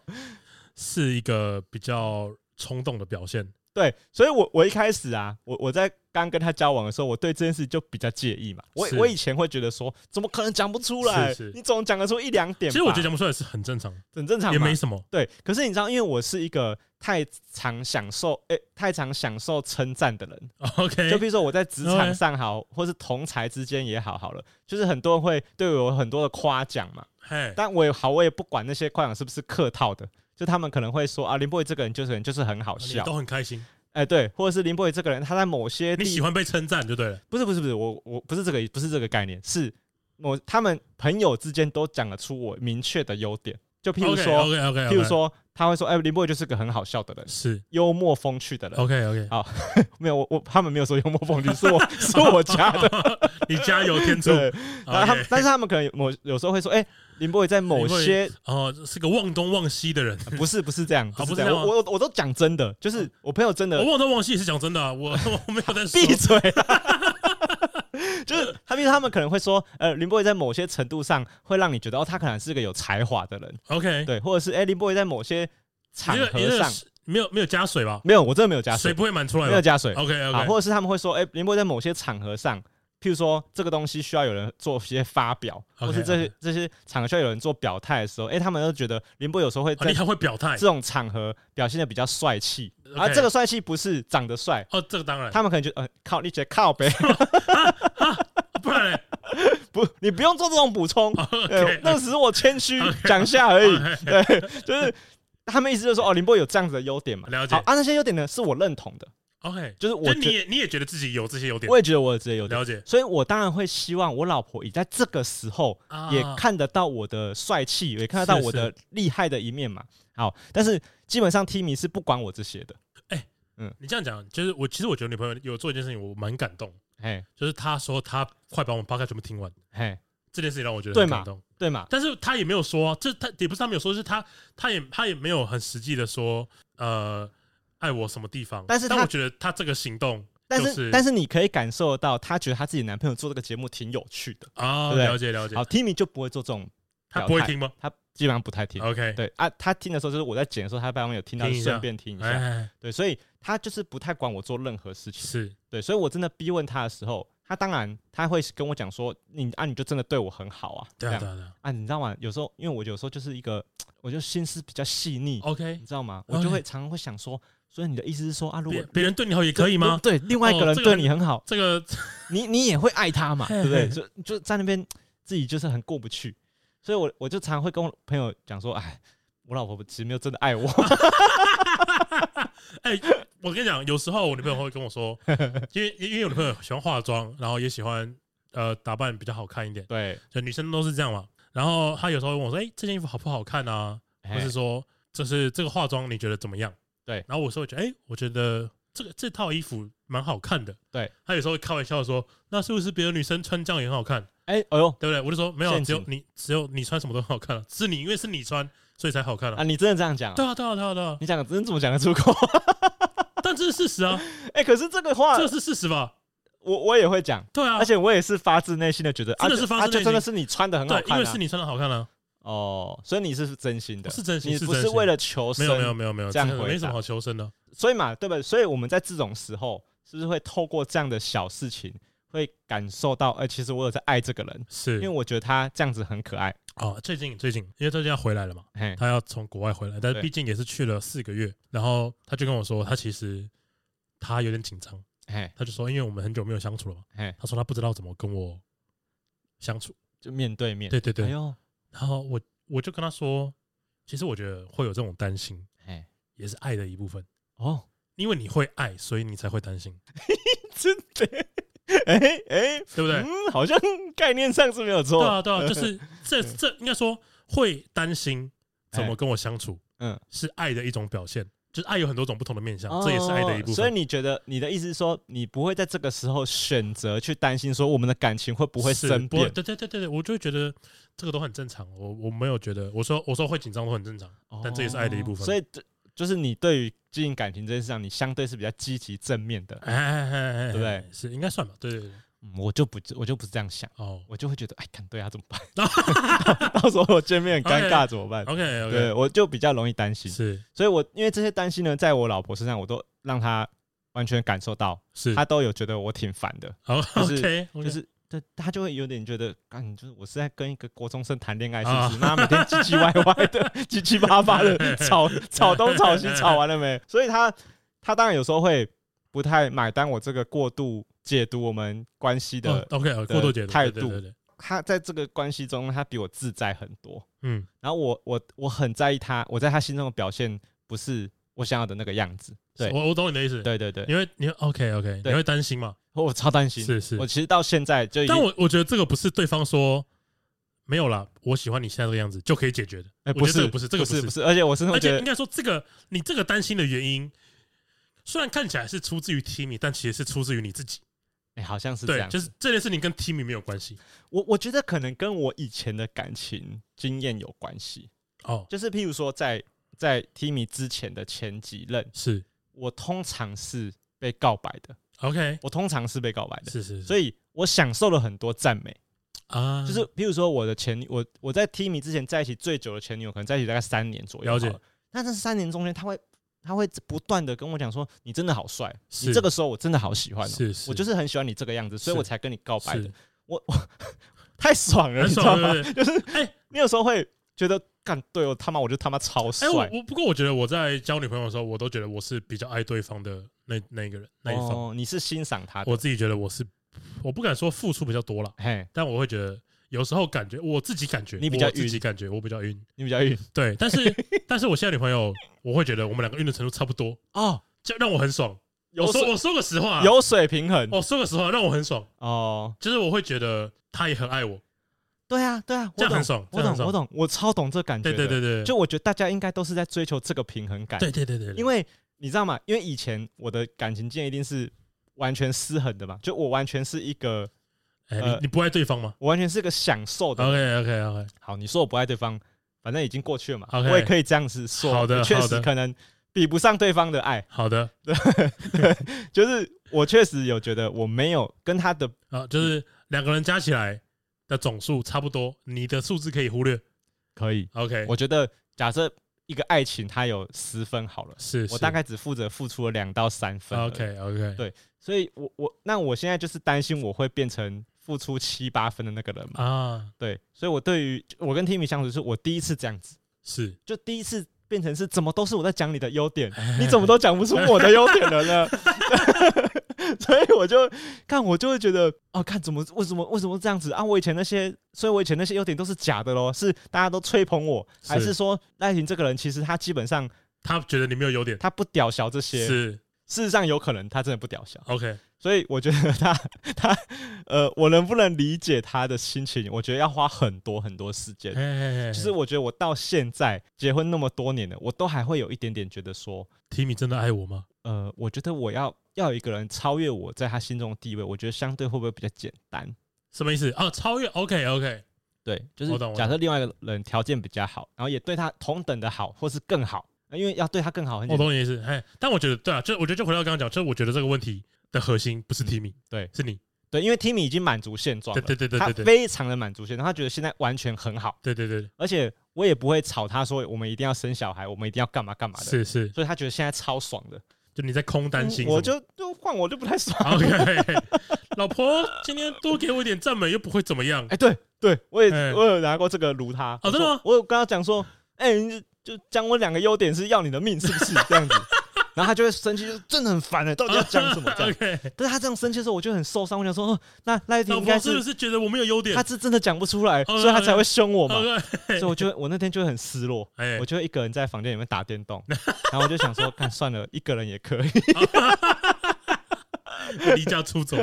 Speaker 1: 是一个比较冲动的表现。
Speaker 2: 对，所以我我一开始啊，我我在刚跟他交往的时候，我对这件事就比较介意嘛。我
Speaker 1: 是
Speaker 2: 我以前会觉得说，怎么可能讲不出来？
Speaker 1: 是是
Speaker 2: 你总讲得出一两点吧，
Speaker 1: 其实我觉得讲不出来是很正常，
Speaker 2: 很正常
Speaker 1: 也
Speaker 2: 嘛
Speaker 1: 没什么。
Speaker 2: 对。可是你知道，因为我是一个太常享受，诶、太常享受称赞的人。
Speaker 1: OK，
Speaker 2: 就比如说我在职
Speaker 1: 哎
Speaker 2: 场上好，或是同才之间也好，好了，就是很多人会对我有很多的夸奖嘛。
Speaker 1: 嘿，
Speaker 2: 但我也好，我也不管那些夸奖是不是客套的，就他们可能会说啊，林博宇这个人就是就是很好
Speaker 1: 啊你
Speaker 2: 笑，
Speaker 1: 都很开心，
Speaker 2: 哎、对，或者是林博宇这个人他在某些
Speaker 1: 你
Speaker 2: 地
Speaker 1: 喜欢被称赞就对了。
Speaker 2: 不是不是不是，我我不是这个不是这个概念，是我他们朋友之间都讲得出我明确的优点，就譬如说
Speaker 1: OK OK，
Speaker 2: 譬如说他会说，哎、林博宇就是个很好笑的人，
Speaker 1: 是
Speaker 2: 幽默风趣的人。
Speaker 1: OK OK，
Speaker 2: 好没有我我他们没有说幽默风趣，是我是我加的。
Speaker 1: 你加油哦添醋。
Speaker 2: 对，然后他们
Speaker 1: OK
Speaker 2: 但是他们可能有某有时候会说，哎、林博宇在某
Speaker 1: 林博宇
Speaker 2: 些
Speaker 1: 哦，是个忘东忘西的人。
Speaker 2: 不是不是这样，
Speaker 1: 啊
Speaker 2: 不
Speaker 1: 不
Speaker 2: 是
Speaker 1: 是
Speaker 2: 这
Speaker 1: 这
Speaker 2: 样，
Speaker 1: 样哦
Speaker 2: 我我我都讲真的，就是我朋友真的
Speaker 1: 我忘东忘西也是讲真的啊，我 我没有在说
Speaker 2: 闭。嘴 啦就是他们，他们可能会说，呃，林博宇在某些程度上会让你觉得，哦，他可能是个有才华的人，
Speaker 1: OK，
Speaker 2: 对，或者是，哎、林博宇在某些场
Speaker 1: 你这个你
Speaker 2: 合
Speaker 1: 这个
Speaker 2: 上，
Speaker 1: 是没有没有加水吧？
Speaker 2: 没有，我真的没有加
Speaker 1: 水哦
Speaker 2: 水，
Speaker 1: 不会满出来吧？
Speaker 2: 没有加水
Speaker 1: OK
Speaker 2: 啊，
Speaker 1: OK，
Speaker 2: 或者是他们会说，哎、林博宇在某些场合上，譬如说这个东西需要有人做些发表，或是这些这些场合需要有人做表态的时候，哎、他们都觉得林博宇有时候会在
Speaker 1: 哦你还会表态
Speaker 2: 这种场合表现的比较帅气，而
Speaker 1: OK
Speaker 2: 这个帅气不是长得帅。
Speaker 1: 哦，这个当然，
Speaker 2: 他们可能觉得，呃，靠，你觉得靠呗，
Speaker 1: 不然 嘞
Speaker 2: 不，你不用做这种补充，对
Speaker 1: 哦 OK，，。
Speaker 2: 那只是我谦虚讲一下而已对，就是他们意思就是说，哦，林波有这样子的优点嘛，
Speaker 1: 了解
Speaker 2: 好啊，那些优点呢是我认同的，
Speaker 1: OK，
Speaker 2: 就是
Speaker 1: 就
Speaker 2: 我
Speaker 1: 你
Speaker 2: 觉
Speaker 1: 也你也觉得自己有这些优点
Speaker 2: 我，也觉得我有这些优点，
Speaker 1: 了解
Speaker 2: 所以我当然会希望我老婆也在这个时候
Speaker 1: 啊
Speaker 2: 也看得到我的帅气，也看得到
Speaker 1: 是
Speaker 2: 我的厉害的一面嘛。好，但是基本上 Timmy 是不管我这些的，
Speaker 1: 你这样讲，就是我其实我觉得女朋友有做一件事情，我蛮感动，
Speaker 2: 嘿，
Speaker 1: 就是她说她快把我们 p o 全部听完，
Speaker 2: 嘿，
Speaker 1: 这件事情让我觉得
Speaker 2: 对
Speaker 1: 很
Speaker 2: 嘛
Speaker 1: 感动。
Speaker 2: 对嘛？
Speaker 1: 但是她也没有说，这她也不是她没有说，是她她也她也没有很实际的说，呃，爱我什么地方。
Speaker 2: 但是
Speaker 1: 但
Speaker 2: 她
Speaker 1: 我觉得她这个行动
Speaker 2: 但
Speaker 1: 就是
Speaker 2: 但是你可以感受得到，她觉得她自己男朋友做这个节目挺有趣的。
Speaker 1: 啊，
Speaker 2: 对不对
Speaker 1: 了解了解
Speaker 2: 好，，Timmy 就不会做这种，
Speaker 1: 她不会听吗
Speaker 2: 他基本上不太听。
Speaker 1: ？OK，
Speaker 2: 对啊，他听的时候就是我在剪的时候，他帮我有听到，
Speaker 1: 听一下
Speaker 2: 顺便听一下。
Speaker 1: 哎，
Speaker 2: 对，所以他就是不太管我做任何事情。
Speaker 1: 是
Speaker 2: 对，所以我真的逼问他的时候，他当然他会跟我讲说：“你啊，你就真的对我很好啊。”这
Speaker 1: 对啊
Speaker 2: 样
Speaker 1: 对啊对啊
Speaker 2: 啊，你知道吗？有时候因为我有时候就是一个，我就心思比较细腻，
Speaker 1: ，OK
Speaker 2: 你。知道吗？
Speaker 1: 哦 OK
Speaker 2: 我就会常常会想说，所以你的意思是说啊，如果
Speaker 1: 别别人对你好也可以吗？
Speaker 2: 对，另外一
Speaker 1: 哦
Speaker 2: 个人
Speaker 1: 这个
Speaker 2: 对
Speaker 1: 很
Speaker 2: 你很好，
Speaker 1: 这个
Speaker 2: 你你也会爱他嘛，
Speaker 1: 嘿
Speaker 2: 对不对？
Speaker 1: 嘿
Speaker 2: 就就在那边自己就是很过不去，所以我我就常会跟我朋友讲说，哎，我老婆其实没有真的 爱我，
Speaker 1: 哎、我跟你讲，有时候我女朋友会跟我 说，因为因为我女朋友喜欢化妆，然后也喜欢呃打扮比较好看一点，
Speaker 2: 对，
Speaker 1: 就女生都是这样嘛。然后她有时候会问我说：“哎、这件衣服好不好看啊？或是说这是这个化妆你觉得怎么样？
Speaker 2: 对
Speaker 1: 然后我是会觉得，哎、我觉得这个这套衣服蛮好看的。
Speaker 2: 对，
Speaker 1: 他有时候会开玩笑说，那是不是别的女生穿这样也很好看？
Speaker 2: 哎哎呦，
Speaker 1: 对不对？我就说没有，啊
Speaker 2: 陷
Speaker 1: 只有
Speaker 2: 阱
Speaker 1: 你只有你穿什么都很好看啊，是你因为是你穿所以才好看
Speaker 2: 啊，
Speaker 1: 啊。
Speaker 2: 你真的这样讲啊？
Speaker 1: 对啊，对啊，对啊，对 啊，
Speaker 2: 你讲的真的怎么讲得出口？
Speaker 1: 但这是事实 啊，
Speaker 2: 哎，可是这个话
Speaker 1: 这是事实吧？
Speaker 2: 我我也会讲，
Speaker 1: 对啊
Speaker 2: 而，且我也是发自内心的觉得，啊
Speaker 1: 真的是
Speaker 2: 就
Speaker 1: 发
Speaker 2: 啊
Speaker 1: 自内
Speaker 2: 就真的
Speaker 1: 心
Speaker 2: 是你穿的很好
Speaker 1: 对
Speaker 2: 看，啊，
Speaker 1: 因为是你穿的好看啊，
Speaker 2: 哦，所以你是真心的，
Speaker 1: 是真心，
Speaker 2: 你
Speaker 1: 是
Speaker 2: 不
Speaker 1: 真
Speaker 2: 是
Speaker 1: 心
Speaker 2: 为了求
Speaker 1: 没
Speaker 2: 生，
Speaker 1: 有没有没有没有，
Speaker 2: 这样
Speaker 1: 真的
Speaker 2: 回
Speaker 1: 没什么
Speaker 2: 答
Speaker 1: 好求生的。
Speaker 2: 所以嘛，对不对？所以我们在这种时候，是不是会透过这样的小事情，会感受到，哎、其实我有在爱这个人，
Speaker 1: 是
Speaker 2: 因为我觉得他这样子很可爱。
Speaker 1: 哦，最近最近，因为最近要回来了嘛，
Speaker 2: 嘿，
Speaker 1: 他要从国外回来，但是
Speaker 2: 对
Speaker 1: 毕竟也是去了四个月，然后他就跟我说，他其实他有点紧张，
Speaker 2: 嘿，
Speaker 1: 他就说，因为我们很久没有相处了嘛，
Speaker 2: 嘿，
Speaker 1: 他说他不知道怎么跟我相处，
Speaker 2: 就面对面。
Speaker 1: 对对对
Speaker 2: 哎呦，
Speaker 1: 然后我我就跟他说，其实我觉得会有这种担心，
Speaker 2: 嘿，
Speaker 1: 也是爱的一部分，
Speaker 2: 哦，
Speaker 1: 因为你会爱，所以你才会担心，
Speaker 2: 真的， 哎哎，
Speaker 1: 对不对？
Speaker 2: 嗯，好像概念上是没有错。
Speaker 1: 对啊，对啊，就是 这这应该说会担心怎么跟我相处，
Speaker 2: 嗯，哦
Speaker 1: 是爱的一种表现，就是爱有很多种不同的面向，啊这也是爱的一部分。
Speaker 2: 所以你觉得你的意思是说，你不会在这个时候选择去担心说我们的感情会不会
Speaker 1: 是
Speaker 2: 生
Speaker 1: 不会
Speaker 2: 变？
Speaker 1: 对对对对对，我就会觉得这个都很正常。我我没有觉得，我说我说会紧张都很正常，但这也是爱的一部分。
Speaker 2: 哦所以这就是你对于经营感情这件事上，你相对是比较积极正面的。
Speaker 1: 哎哎哎哎，
Speaker 2: 对不对？
Speaker 1: 是应该算吧？对对对，
Speaker 2: 嗯我就不我就不是这样想，
Speaker 1: 哦
Speaker 2: 我就会觉得哎，看对啊怎么办？ 到时候我见面很 尴
Speaker 1: 哎
Speaker 2: 尬怎么办？
Speaker 1: ，OK
Speaker 2: 对，
Speaker 1: OK，
Speaker 2: 我就比较容易担心，
Speaker 1: 是
Speaker 2: 所以我因为这些担心呢，在我老婆身上我都让她完全感受到，
Speaker 1: 是，
Speaker 2: 她都有觉得我挺烦的，
Speaker 1: 好
Speaker 2: 是
Speaker 1: OK，
Speaker 2: 就是。对，她就会有点觉得，啊，你就是我是在跟一个国中生谈恋爱，是
Speaker 1: 啊
Speaker 2: 不是？妈每天唧唧歪歪的， 唧唧巴巴的， 吵吵东吵西，吵完了没？所以她她当然有时候会不太买单我这个过度解读我们关系的
Speaker 1: 哦 OK 过度解读
Speaker 2: 态
Speaker 1: 对
Speaker 2: 度
Speaker 1: 对对对，
Speaker 2: 他在这个关系中，他比我自在很多。
Speaker 1: 嗯，
Speaker 2: 然后我我我很在意他，我在他心中的表现不是我想要的那个样子。对
Speaker 1: 我我懂你的意思，
Speaker 2: 对对对，
Speaker 1: 你会你会 OK OK，你
Speaker 2: 对
Speaker 1: 会担心嘛？
Speaker 2: 我超担心。
Speaker 1: 是是
Speaker 2: 我，其实到现在就已经
Speaker 1: 但我我觉得这个不是对方说没有啦，我喜欢你现在这个样子就可以解决的，
Speaker 2: 哎
Speaker 1: 我
Speaker 2: 不
Speaker 1: 觉得这
Speaker 2: 是
Speaker 1: 个不是这个
Speaker 2: 不是
Speaker 1: 不
Speaker 2: 不是，而且我是
Speaker 1: 而
Speaker 2: 会觉
Speaker 1: 且应
Speaker 2: 得
Speaker 1: 该说，这个你这个担心的原因，虽然看起来是出自于 Timmy，但其实是出自于你自己。
Speaker 2: 哎好像是这
Speaker 1: 对，
Speaker 2: 样。
Speaker 1: 就是这件事情跟 Timmy 没有关系。
Speaker 2: 我我觉得可能跟我以前的感情经验有关系。
Speaker 1: 哦，
Speaker 2: 就是譬如说在在 Timmy 之前的前几任，
Speaker 1: 是
Speaker 2: 我通常是被告白的，
Speaker 1: OK，
Speaker 2: 我通常是被告白的，
Speaker 1: 是是，
Speaker 2: 所
Speaker 1: 以
Speaker 2: 以我享受了很多赞美。
Speaker 1: 啊，
Speaker 2: 就是譬如说我的前女我我在 Timmy 之前在一起最久的前女友，可能在一起大概三年左右。
Speaker 1: 了解。
Speaker 2: 那这三年中间，他会他会不断的跟我讲说：“你真的好帅，
Speaker 1: 是
Speaker 2: 你这个时候我真的好喜欢、哦，
Speaker 1: 是是，
Speaker 2: 我就是很喜欢你这个样子，所以
Speaker 1: 是
Speaker 2: 我才跟你告白的
Speaker 1: 是。
Speaker 2: 我”我太爽了，
Speaker 1: 很
Speaker 2: 你知道
Speaker 1: 爽，
Speaker 2: 吗？
Speaker 1: 对不对？
Speaker 2: 你有时候会觉得，干对我他妈我就他妈超帅
Speaker 1: 哎，。我我不过我觉得我在交女朋友的时候，我都觉得我是比较爱对方的那那一个人那一方，
Speaker 2: 哦，你是欣赏他的，
Speaker 1: 我自己觉得我是，我不敢说付出比较多啦，
Speaker 2: 嘿，
Speaker 1: 但我会觉得有时候感觉我自己感觉
Speaker 2: 你比较
Speaker 1: 我自己
Speaker 2: 晕
Speaker 1: 感觉我比较晕，
Speaker 2: 你比较晕
Speaker 1: 对，但是 但是我现在女朋友，我会觉得我们两个晕的程度差不多，
Speaker 2: 哦，
Speaker 1: 就让我很爽。
Speaker 2: 有
Speaker 1: 我说
Speaker 2: 水
Speaker 1: 我哦说个实话，
Speaker 2: 哦
Speaker 1: 啊
Speaker 2: 有水平衡
Speaker 1: 我说个实话，让我很爽，
Speaker 2: 哦。
Speaker 1: 就是我会觉得他也很爱我，
Speaker 2: 对啊，对啊，
Speaker 1: 这样
Speaker 2: 我
Speaker 1: 很
Speaker 2: 懂，
Speaker 1: 爽，这
Speaker 2: 我
Speaker 1: 样很
Speaker 2: 懂，我
Speaker 1: 爽。
Speaker 2: 懂，我超懂这感觉
Speaker 1: 对
Speaker 2: 的。
Speaker 1: 对对对，
Speaker 2: 就我觉得大家应该都是在追求这个平衡感，
Speaker 1: 对对对对，对
Speaker 2: 因为你知道吗？因为以前我的感情线一定是完全失衡的嘛，就我完全是一个，
Speaker 1: 哎，
Speaker 2: 呃
Speaker 1: 你你不爱对方吗
Speaker 2: 我完全是个享受的。
Speaker 1: ？OK OK OK，
Speaker 2: 好，你说我不爱对方，反正已经过去了嘛
Speaker 1: OK
Speaker 2: 我也可以这样子说，
Speaker 1: 好的
Speaker 2: 我确
Speaker 1: 好的
Speaker 2: 实可能比不上对方的爱，
Speaker 1: 好的
Speaker 2: 就是我确实有觉得我没有跟他的，
Speaker 1: 啊，就是两个人加起来的总数差不多，你的数字可以忽略。
Speaker 2: 可以，
Speaker 1: OK，
Speaker 2: 我觉得假设一个爱情它有十分好了，
Speaker 1: 是
Speaker 2: 我大概只负责付出了两到三分而已
Speaker 1: OK OK，
Speaker 2: 对所以我我那我现在就是担心我会变成付出七八分的那个人嘛，
Speaker 1: 啊，
Speaker 2: 对，所以我对于我跟 Timmy 相处是我第一次这样子，
Speaker 1: 是
Speaker 2: 就第一次变成是怎么都是我在讲你的 优点，你怎么都讲不出我的优点了呢？ 所以我就看我就会觉得哦，看怎么为什么为什么这样子啊？我以前那些，所以我以前那些优点都是假的咯，是大家都吹捧我，
Speaker 1: 是
Speaker 2: 还是说赖婷这个人其实他基本上
Speaker 1: 他觉得你没有优点，
Speaker 2: 他不屌小这些，
Speaker 1: 是
Speaker 2: 事实上有可能他真的不屌小，
Speaker 1: OK，
Speaker 2: 所以我觉得他他呃，我能不能理解他的心情？我觉得要花很多很多时间
Speaker 1: 嘿。嘿嘿，
Speaker 2: 其实我觉得我到现在结婚那么多年了，我都还会有一点点觉得说，
Speaker 1: 提米真的爱我吗？
Speaker 2: 呃，我觉得我要要有一个人超越我在他心中的地位，我觉得相对会不会比较简单？
Speaker 1: 什么意思啊？超越 OK OK，
Speaker 2: 对，就是
Speaker 1: 我懂我
Speaker 2: 假
Speaker 1: 懂
Speaker 2: 设另外一个人条件比较好，然后也对他同等的好，或是更好，呃因为要对他更好很
Speaker 1: 我
Speaker 2: 简单。
Speaker 1: 懂你的意思。嘿，但我觉得对啊，就我觉得就回到刚刚讲，就是我觉得这个问题的核心不是提米，
Speaker 2: 嗯对
Speaker 1: 是你。
Speaker 2: 对，因为 Timmy 已经满足现状
Speaker 1: 对
Speaker 2: 了，
Speaker 1: 对对对
Speaker 2: 他
Speaker 1: 对对
Speaker 2: 非常的满足现状，他觉得现在完全很好，
Speaker 1: 对对对，
Speaker 2: 而且我也不会吵他说我们一定要生小孩，我们一定要干嘛干嘛的，
Speaker 1: 是是，
Speaker 2: 所以他觉得现在超爽的。
Speaker 1: 就你在空担心什么。
Speaker 2: 我就就换我就不太爽。
Speaker 1: OK，老婆今天多给我一点赞美又不会怎么样
Speaker 2: 哎、。对对，我也、
Speaker 1: 哎
Speaker 2: 我有拿过这个如他。
Speaker 1: 哦真的吗
Speaker 2: 我有跟他讲说，哎、你就就讲我两个优点是要你的命，是不是 这样子？然后他就会生气，就真的很烦欸了，到底要讲什么 这样？
Speaker 1: OK，
Speaker 2: 但是他这样生气的时候，我就很受伤。我想说，哦，那赖婷
Speaker 1: 老
Speaker 2: 应该
Speaker 1: 婆是
Speaker 2: 是
Speaker 1: 不是觉得我没有优点
Speaker 2: 他是真的讲不出来，
Speaker 1: 哦
Speaker 2: 所以他才会凶我嘛。
Speaker 1: ？OK，
Speaker 2: 所以我就会我那天就会很失落，
Speaker 1: 哎
Speaker 2: 我，就会一个人在房间里面打电动，然后我就想说，看算了，一个人也可以。
Speaker 1: 离家出走。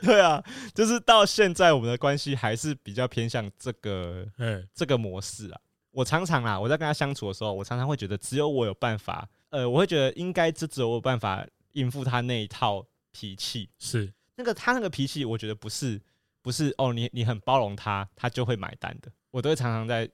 Speaker 2: 对啊，就是到现在我们的关系还是比较偏向这个
Speaker 1: 哎，
Speaker 2: 这个模式啊。我常常啊，我在跟他相处的时候，我常常会觉得只有我有办法，呃，我会觉得应该就只有我有办法应付他那一套脾气。
Speaker 1: 是
Speaker 2: 那个他那个脾气，我觉得不是不是哦，你你很包容他，他就会买单的。我都会常常在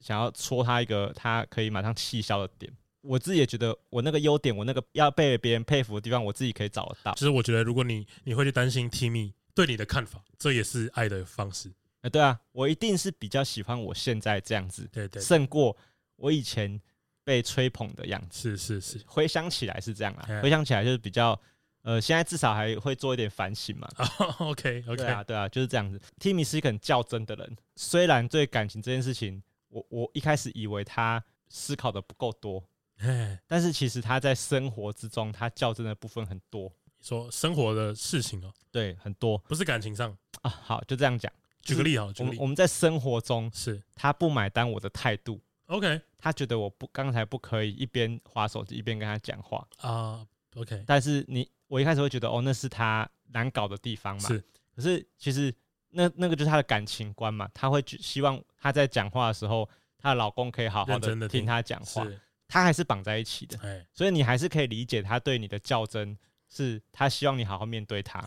Speaker 2: 想要戳他一个他可以马上气消的点。我自己也觉得我那个优点，我那个要被别人佩服的地方，我自己可以找得到
Speaker 1: 其。实我觉得，如果你你会去担心 Timmy 对你的看法，这也是爱的方式。
Speaker 2: 哎，对啊，我一定是比较喜欢我现在这样子，
Speaker 1: 对对，
Speaker 2: 胜过我以前被吹捧的样子。
Speaker 1: 是是是，
Speaker 2: 回想起来是这样啦
Speaker 1: 嗯，
Speaker 2: 回想起来就是比较，呃，现在至少还会做一点反省嘛。
Speaker 1: 啊，OK
Speaker 2: 对
Speaker 1: OK，
Speaker 2: 啊，对啊，就是这样子。Timmy 是一个很较真的人，虽然对感情这件事情，我我一开始以为他思考的不够多，
Speaker 1: 哎，
Speaker 2: 但是其实他在生活之中，他较真的部分很多，
Speaker 1: 说生活的事情哦，
Speaker 2: 对，很多
Speaker 1: 不是感情上。
Speaker 2: 啊。好，就这样讲。
Speaker 1: 举个例好了，举
Speaker 2: 我
Speaker 1: 个
Speaker 2: 们
Speaker 1: 例
Speaker 2: 我们在生活中，
Speaker 1: 是
Speaker 2: 他不买单我的态度，
Speaker 1: OK
Speaker 2: 他觉得我不刚才不可以一边划手机一边跟他讲话，
Speaker 1: 啊，OK
Speaker 2: 但是你我一开始会觉得哦，那是他难搞的地方嘛。
Speaker 1: 是
Speaker 2: 可是其实那那个就是她的感情观嘛，她会觉希望她在讲话的时候，她的老公可以好好
Speaker 1: 认真地
Speaker 2: 的
Speaker 1: 听
Speaker 2: 听她讲话，
Speaker 1: 是，
Speaker 2: 她还是绑在一起的，
Speaker 1: 哎，
Speaker 2: 所以你还是可以理解她对你的较真，是她希望你好好面对她。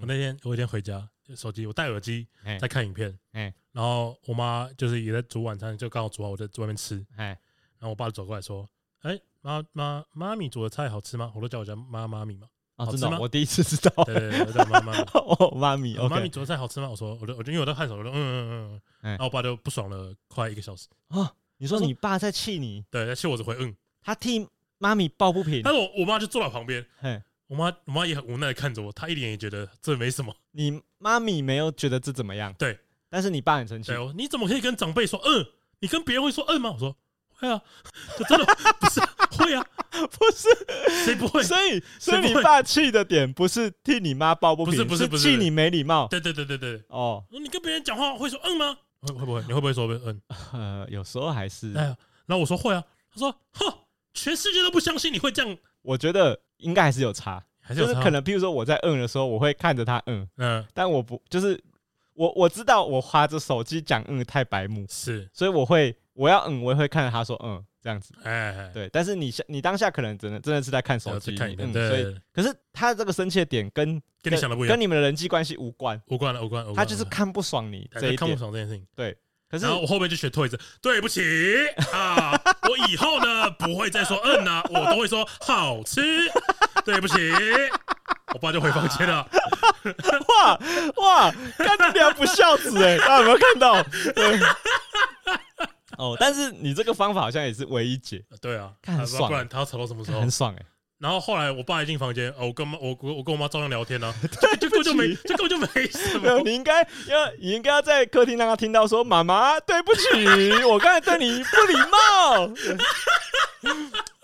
Speaker 1: 我那天我那天回家，手机我戴耳机
Speaker 2: 嗯哎
Speaker 1: 在看影片，
Speaker 2: 哎
Speaker 1: 然后我妈就是也在煮晚餐，就刚好煮好，我在外面吃，
Speaker 2: 哎
Speaker 1: 然后我爸就走过来说：“哎，妈妈妈咪煮的菜好吃吗？”我都叫我家妈妈咪嘛，
Speaker 2: 哦，
Speaker 1: 好
Speaker 2: 真
Speaker 1: 吃
Speaker 2: 的
Speaker 1: 吗
Speaker 2: 哦，我第一次知道。
Speaker 1: 对对对，我叫妈妈咪。
Speaker 2: 哦，妈咪
Speaker 1: 我妈咪
Speaker 2: ，OK，
Speaker 1: 煮的菜好吃吗？我说，我就我就因为我在看手，我就嗯嗯嗯嗯嗯，
Speaker 2: 哎
Speaker 1: 然后我爸就不爽了快一个小时，
Speaker 2: 哦，你说你爸在气你，
Speaker 1: 对，气我只回嗯，
Speaker 2: 他替妈咪抱不平
Speaker 1: 但，是我我妈就坐在我旁边，
Speaker 2: 嘿，
Speaker 1: 我妈我妈也很无奈的看着我，她一脸也觉得这没什么，
Speaker 2: 你妈咪没有觉得这怎么样，
Speaker 1: 对，
Speaker 2: 但是你爸很生气
Speaker 1: 对，，我你怎么可以跟长辈说嗯？你跟别人会说嗯吗？我说会啊， 就真的不是会啊，
Speaker 2: 不是
Speaker 1: 谁不会？
Speaker 2: 所以，所
Speaker 1: 谁
Speaker 2: 以
Speaker 1: 不
Speaker 2: 你
Speaker 1: 会
Speaker 2: 爸气的点不是替你妈抱不平，
Speaker 1: 不是不是不是
Speaker 2: 气你没礼貌
Speaker 1: 对对对对对，
Speaker 2: 哦。
Speaker 1: 你跟别人讲话会说嗯吗？会会不会？你会不会说嗯？
Speaker 2: 呃，有时候还是，
Speaker 1: 哎呀，然后我说会啊，他说哼，全世界都不相信你会这样，
Speaker 2: 我觉得应该还是有差，
Speaker 1: 还是
Speaker 2: 就
Speaker 1: 有
Speaker 2: 是
Speaker 1: 差哦
Speaker 2: 可能，譬如说我在嗯的时候，我会看着他嗯，
Speaker 1: 嗯
Speaker 2: 但我不，就是我我知道我划着手机讲嗯太白目，
Speaker 1: 是
Speaker 2: 所以我会我要嗯，我也会看着他说嗯这样子。
Speaker 1: 哎哎
Speaker 2: 对，但是你下你当下可能真的真的是在看手机，
Speaker 1: 在看影片
Speaker 2: 嗯，
Speaker 1: 对
Speaker 2: 所
Speaker 1: 对
Speaker 2: 以
Speaker 1: 对
Speaker 2: 可是他这个生气的点跟
Speaker 1: 跟你想的不一样
Speaker 2: 跟你们的人际关系无关，
Speaker 1: 无关了无关了，无关了
Speaker 2: 他就是看不爽你
Speaker 1: 哎
Speaker 2: 这一
Speaker 1: 看不
Speaker 2: 点。
Speaker 1: 爽这件事情。
Speaker 2: 可是
Speaker 1: 然后我后面就学退着，对不起啊，我以后呢不会再说嗯呐、我都会说好吃，对不起。我爸就回房间了，
Speaker 2: 哇哇，看你俩不孝子 哎、大家有没有看到？对哦，但是你这个方法好像也是唯一解，
Speaker 1: 对啊，
Speaker 2: 看很
Speaker 1: 啊
Speaker 2: 爽
Speaker 1: 不然他要吵到什么时候
Speaker 2: 很？爽哎、
Speaker 1: 然后后来我爸一进房间，哦，我跟妈我我我跟我妈照样聊天 呢、就就根本就没就根本就没什
Speaker 2: 没有，
Speaker 1: 么。
Speaker 2: 你应该要，你应该要在客厅让他听到说：“妈妈，对不 起，我刚才对你不礼貌。”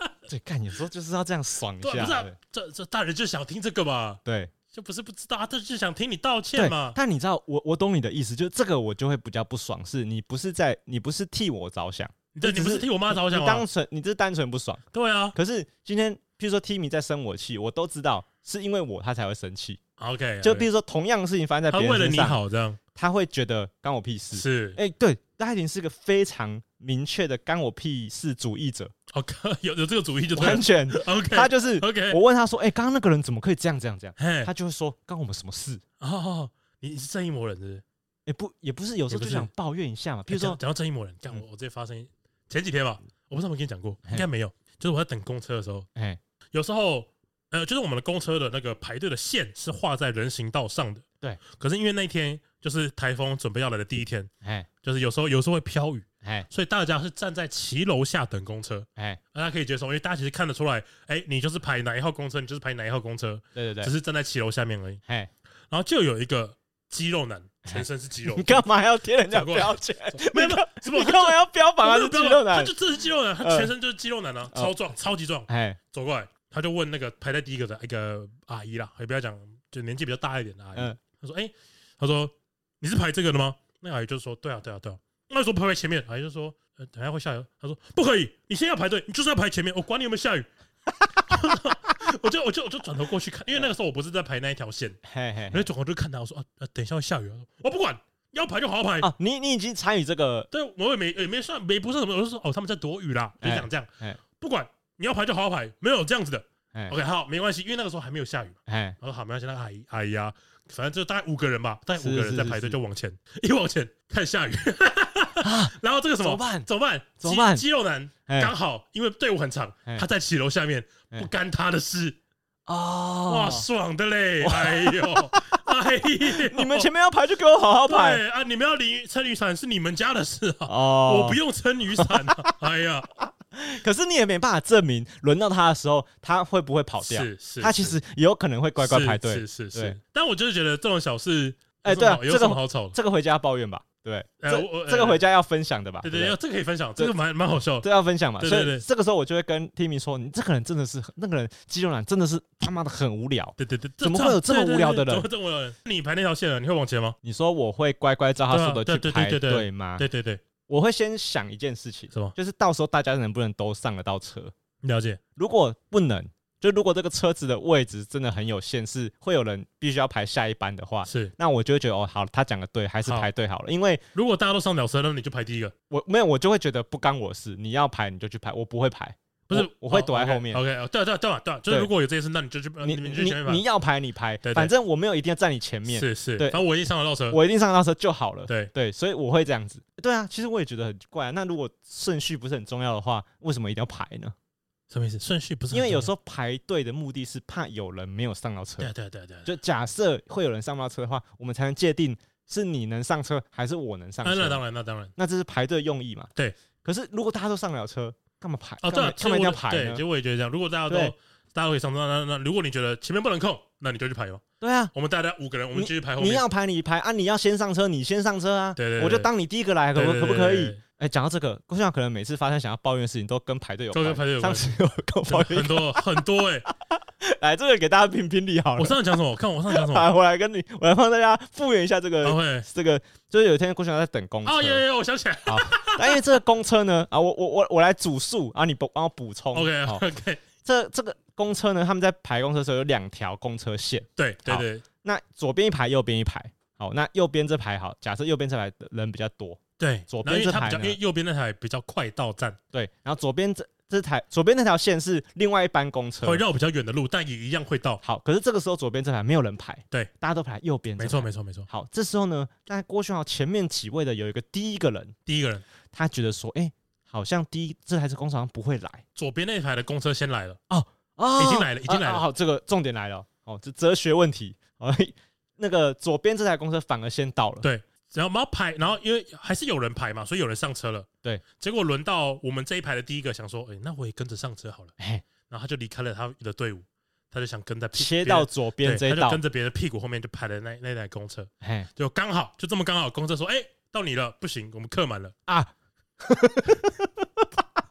Speaker 2: 对，干有时候就是要这样爽一
Speaker 1: 对啊，
Speaker 2: 下，
Speaker 1: 不是、啊
Speaker 2: 对，
Speaker 1: 这这大人就想听这个嘛，
Speaker 2: 对
Speaker 1: 就不是不知道，他就想听你道歉
Speaker 2: 对
Speaker 1: 嘛。
Speaker 2: 但你知道，我我懂你的意思，就是这个我就会比较不爽，是你不是在，你不是替我着想，
Speaker 1: 对，你不是替我妈着想吗
Speaker 2: 你单？纯，你这是单纯不爽。
Speaker 1: 对啊，
Speaker 2: 可是今天譬如说 Timmy 在生我气，我都知道是因为我他才会生气。
Speaker 1: OK，哎
Speaker 2: 就比如说同样的事情发生在
Speaker 1: 他
Speaker 2: 别人
Speaker 1: 为了
Speaker 2: 身
Speaker 1: 你
Speaker 2: 上，
Speaker 1: 好，这样
Speaker 2: 他会觉得干我屁事。
Speaker 1: 是
Speaker 2: 哎、对，赖廷是个非常明确的干我屁事主义者，
Speaker 1: OK，有 有这个主意就对
Speaker 2: 完
Speaker 1: 了。
Speaker 2: 全，
Speaker 1: OK，
Speaker 2: 他就是
Speaker 1: OK，
Speaker 2: 我问他说，哎、刚刚那个人怎么可以这样这样这样？
Speaker 1: 嘿，
Speaker 2: 他就会说，干我们什么事？
Speaker 1: 哦哦，你你是正义魔人是不是？
Speaker 2: 也不也不是，有时
Speaker 1: 也
Speaker 2: 候
Speaker 1: 不
Speaker 2: 就是想抱怨一下嘛。比如
Speaker 1: 欸
Speaker 2: 说
Speaker 1: 讲，讲到正义魔人，干
Speaker 2: 嗯
Speaker 1: 我我之前发生前几天吧，我不知道有没有跟你讲过，
Speaker 2: 嘿
Speaker 1: 应该没有。就是我在等公车的时候，
Speaker 2: 哎、
Speaker 1: 有时候呃，就是我们的公车的那个排队的线是画在人行道上的，
Speaker 2: 对。
Speaker 1: 可是因为那一天就是台风准备要来的第一天，
Speaker 2: 哎
Speaker 1: 就是有时候有时候会飘雨，
Speaker 2: 哎
Speaker 1: 所以大家是站在骑楼下等公车，
Speaker 2: 哎，
Speaker 1: 大家可以接受，因为大家其实看得出来，哎、你就是排哪一号公车，你就是排哪一号公车，
Speaker 2: 对对
Speaker 1: 只
Speaker 2: 对，
Speaker 1: 是站在骑楼下面而已。
Speaker 2: 哎，
Speaker 1: 然后就有一个肌肉男，全身是肌肉
Speaker 2: 你， 干嘛要贴人家
Speaker 1: 转过来
Speaker 2: 标签？
Speaker 1: 没有没有，什么
Speaker 2: 你干嘛要标榜他是肌肉
Speaker 1: 他
Speaker 2: 男嗯
Speaker 1: 就？真的是肌肉男，他全身就是肌肉男啊，
Speaker 2: 呃
Speaker 1: 超壮，超级壮。
Speaker 2: 哎
Speaker 1: 走过来，他就问那个排在第一个的一个阿姨啦，也不要讲，就年纪比较大一点的阿姨
Speaker 2: 嗯，
Speaker 1: 他说：“哎，他说你是排这个的吗？”那个阿姨就说：“对啊，对啊，对啊。”那就说排在前面，阿姨就说：“呃，等一下会下雨。”他说：“不可以，你现在要排队，你就是要排前面，我管你有没有下雨。” 我就我就我就转头过去看，因为那个时候我不是在排那一条线，
Speaker 2: 嘿嘿
Speaker 1: 我就转头就看他，我说：“啊，呃等一下会下雨。”他说：“我不管，要排就好好排。”
Speaker 2: 啊，你你已经参与这个，
Speaker 1: 对，我也没也没算没不是什么，我就说哦，他们在躲雨啦，就
Speaker 2: 哎
Speaker 1: 讲这样
Speaker 2: 哎，
Speaker 1: 不管你要排就好好排，没有这样子的。
Speaker 2: 哎
Speaker 1: OK，好，没关系，因为那个时候还没有下雨嘛。
Speaker 2: 哎
Speaker 1: 然后好，没关系，那个阿姨阿姨啊，反正就大概五个人吧，大概五
Speaker 2: 是
Speaker 1: 个人
Speaker 2: 是
Speaker 1: 在
Speaker 2: 是
Speaker 1: 排队，
Speaker 2: 是
Speaker 1: 就往前 一往前看下雨，
Speaker 2: 啊，
Speaker 1: 然后这个什
Speaker 2: 怎
Speaker 1: 么
Speaker 2: 么办？
Speaker 1: 怎么办？
Speaker 2: 怎么
Speaker 1: 肌
Speaker 2: 办
Speaker 1: 肌肉男
Speaker 2: 哎
Speaker 1: 刚好因为队伍很长
Speaker 2: 哎，
Speaker 1: 他在骑楼下面，
Speaker 2: 哎
Speaker 1: 不干他的事，哇，
Speaker 2: 哦，
Speaker 1: 爽的嘞！哎呦， 哎呦，
Speaker 2: 你们前面要排就给我好好排
Speaker 1: 对啊，你们要淋雨撑雨伞是你们家的事啊，
Speaker 2: 哦。
Speaker 1: 我不用撑雨伞 啊，哎呀，
Speaker 2: 可是你也没办法证明轮到他的时候，他会不会跑掉？
Speaker 1: 是是，
Speaker 2: 他其
Speaker 1: 是
Speaker 2: 实也有可能会乖乖排队
Speaker 1: 是。是是
Speaker 2: 对
Speaker 1: 是。但我就是觉得这种小事，
Speaker 2: 哎对啊
Speaker 1: 有
Speaker 2: 这
Speaker 1: 什
Speaker 2: 个
Speaker 1: 么好有什么好吵的？
Speaker 2: 这个回家要抱怨吧，对不
Speaker 1: 呃
Speaker 2: 对，
Speaker 1: 我
Speaker 2: 这
Speaker 1: 呃
Speaker 2: 这个回家要分享的吧，
Speaker 1: 对
Speaker 2: 对
Speaker 1: 对对，
Speaker 2: 不
Speaker 1: 这个可以分享，这个蛮蛮好笑的。
Speaker 2: 这要分享嘛。
Speaker 1: 对
Speaker 2: 所
Speaker 1: 对对
Speaker 2: 以这个时候我就会跟 Timmy 说，你这个人真的是很那个人肌肉男真的是他妈的很无聊。
Speaker 1: 对对对，
Speaker 2: 怎么会有这么
Speaker 1: 对对对
Speaker 2: 无聊的人
Speaker 1: 怎么会这么无聊的人？你排那条线了，你会往前吗？
Speaker 2: 你说我会乖乖照他
Speaker 1: 对
Speaker 2: 说
Speaker 1: 啊
Speaker 2: 的
Speaker 1: 对
Speaker 2: 去
Speaker 1: 对
Speaker 2: 排
Speaker 1: 对对对
Speaker 2: 队吗？
Speaker 1: 对对对，
Speaker 2: 我会先想一件事情，
Speaker 1: 什么？
Speaker 2: 就是到时候大家能不能都上得到车？
Speaker 1: 了解，
Speaker 2: 如果不能，就如果这个车子的位置真的很有限，是会有人必须要排下一班的话，
Speaker 1: 是。
Speaker 2: 那我就会觉得哦，好，他讲的对，还是
Speaker 1: 好
Speaker 2: 排队好了，因为
Speaker 1: 如果大家都上了车，那你就排第一个，
Speaker 2: 我没有，我就会觉得不干我事，你要排你就去排，我不会排，
Speaker 1: 不是？
Speaker 2: 我我会躲在后面
Speaker 1: OK，哦对啊对啊对啊对啊，就是
Speaker 2: 对
Speaker 1: 如果有这些事，那你就去，呃
Speaker 2: 你
Speaker 1: 们就去前面
Speaker 2: 你
Speaker 1: 排。
Speaker 2: 你要排你排
Speaker 1: 对对，
Speaker 2: 反正我没有一定要在你前面，
Speaker 1: 是是，
Speaker 2: 对
Speaker 1: 反正我一定上得到车。
Speaker 2: 我一定上到车就好了。
Speaker 1: 对
Speaker 2: 对，所以我会这样子。对啊，其实我也觉得很怪啊。那如果顺序不是很重要的话，为什么一定要排呢？
Speaker 1: 什么意思？顺序不是很
Speaker 2: 因为有时
Speaker 1: 重
Speaker 2: 候排队的目的是怕有人没有上到车
Speaker 1: 要。对啊对啊对啊对啊，
Speaker 2: 就假设会有人上不到车的话，我们才能界定是你能上车还是我能上
Speaker 1: 啊那
Speaker 2: 车。
Speaker 1: 当然那当然。
Speaker 2: 那这是排队用意嘛？
Speaker 1: 对。
Speaker 2: 可是如果大家都上了车，干嘛排？
Speaker 1: 哦，对
Speaker 2: 干
Speaker 1: 啊
Speaker 2: 嘛，
Speaker 1: 其实我
Speaker 2: 干嘛一定要
Speaker 1: 就
Speaker 2: 排
Speaker 1: 对，其实
Speaker 2: 呢？
Speaker 1: 我也觉得这样。如果大家都
Speaker 2: 对
Speaker 1: 大家都可以上车，那那那如果你觉得前面不能控，那你就去排吧。
Speaker 2: 对啊，
Speaker 1: 我们大家五个人，我们继续排后
Speaker 2: 你
Speaker 1: 面。
Speaker 2: 要排你排啊，你要先上车，你先上车啊。
Speaker 1: 对对对
Speaker 2: 我就当你第一个来，可
Speaker 1: 对
Speaker 2: 不
Speaker 1: 对
Speaker 2: 可不
Speaker 1: 对
Speaker 2: 可
Speaker 1: 对
Speaker 2: 以？哎，讲到这个，郭校长可能每次发生想要抱怨的事情都跟排队有
Speaker 1: 都
Speaker 2: 关，
Speaker 1: 跟排队有关
Speaker 2: 上次有 跟我抱
Speaker 1: 对
Speaker 2: 怨
Speaker 1: 很多很多哎！
Speaker 2: 来，这个给大家评评理好了。
Speaker 1: 我上次讲什么？我看我上次讲什么？
Speaker 2: 啊，我来跟你，我来帮大家复原一下这个、
Speaker 1: 然后哎
Speaker 2: 这个，就是有一天郭先生在等公车，
Speaker 1: 哦，有有有，我想起来。
Speaker 2: 好，但因为这个公车呢，啊，我我我我来主述啊，你帮帮我补 充。
Speaker 1: OK
Speaker 2: 好
Speaker 1: OK，
Speaker 2: 这这个公车呢，他们在排公车的时候有两条公车线，
Speaker 1: 对对
Speaker 2: 好
Speaker 1: 对
Speaker 2: 那左边一排，右边一排。好，那右边这排好，假设右边这排的人比较多，
Speaker 1: 对。
Speaker 2: 左
Speaker 1: 然后因为
Speaker 2: 边这
Speaker 1: 它比
Speaker 2: 排
Speaker 1: 较，因
Speaker 2: 呢
Speaker 1: 为右边那台比较快到站，
Speaker 2: 对，然后左边这这台左边那条线是另外一班公车
Speaker 1: 会，绕比较远的路，但也一样会到。
Speaker 2: 好，可是这个时候左边这排没有人排，
Speaker 1: 对，
Speaker 2: 大家都排右边这排，
Speaker 1: 没错没错没错，
Speaker 2: 好，这时候呢，在郭勋豪前面几位的有一个第一个人，
Speaker 1: 第一个人
Speaker 2: 他觉得说，哎、好像第一这台车工厂不会来
Speaker 1: 左边那一排的公车先来了，
Speaker 2: 哦
Speaker 1: 已经来了已经来了
Speaker 2: 啊啊好，这个重点来了，哦，这哲学问题，哦， 那个左边这台公车反而先到了，
Speaker 1: 对然后我们要排，然后因为还是有人排嘛，所以有人上车了。
Speaker 2: 对，
Speaker 1: 结果轮到我们这一排的第一个，想说，哎，那我也跟着上车好了。
Speaker 2: 哎，
Speaker 1: 然后他就离开了他的队伍，他就想跟在屁
Speaker 2: 切到
Speaker 1: 别的
Speaker 2: 左边这
Speaker 1: 对
Speaker 2: 一
Speaker 1: 他就
Speaker 2: 道
Speaker 1: 跟，着别人屁股后面就排了那那台公车，
Speaker 2: 哎
Speaker 1: 就刚好就这么刚好，公车说：“哎、到你了，不行，我们客满了。
Speaker 2: 啊，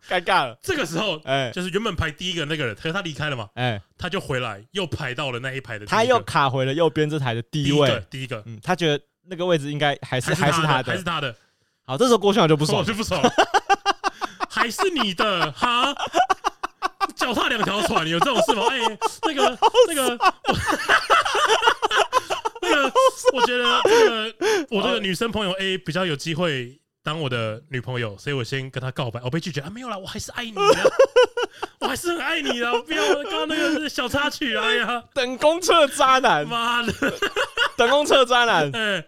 Speaker 2: 尴尬了”，
Speaker 1: 这个时候
Speaker 2: 哎
Speaker 1: 就是原本排第一个那个人，可是他离开了嘛，
Speaker 2: 哎，
Speaker 1: 他就回来又排到了那一排的第一个，
Speaker 2: 他又卡回了右边这台的第
Speaker 1: 第
Speaker 2: 一
Speaker 1: 一个
Speaker 2: 位，
Speaker 1: 第一个
Speaker 2: 嗯，他觉得那个位置应该还是还是
Speaker 1: 他
Speaker 2: 他
Speaker 1: 还是
Speaker 2: 的，
Speaker 1: 他的，
Speaker 2: 好，这时候郭勋豪就不
Speaker 1: 我
Speaker 2: 爽了，
Speaker 1: 就不爽，还是你的哈。讲脚踏两条船，有这种事 吗？哎、那个那个，我 那个，我觉得这个我这个女生朋友 A 比较有机会当我的女朋友，所以我先跟她告白，我被拒绝啊，没有啦，我还是爱你 的，我还是很爱你的，我不要刚刚那个小插曲， 哎呀，
Speaker 2: 等公厕渣 男，
Speaker 1: 妈的，
Speaker 2: 等公厕渣男，
Speaker 1: 哎、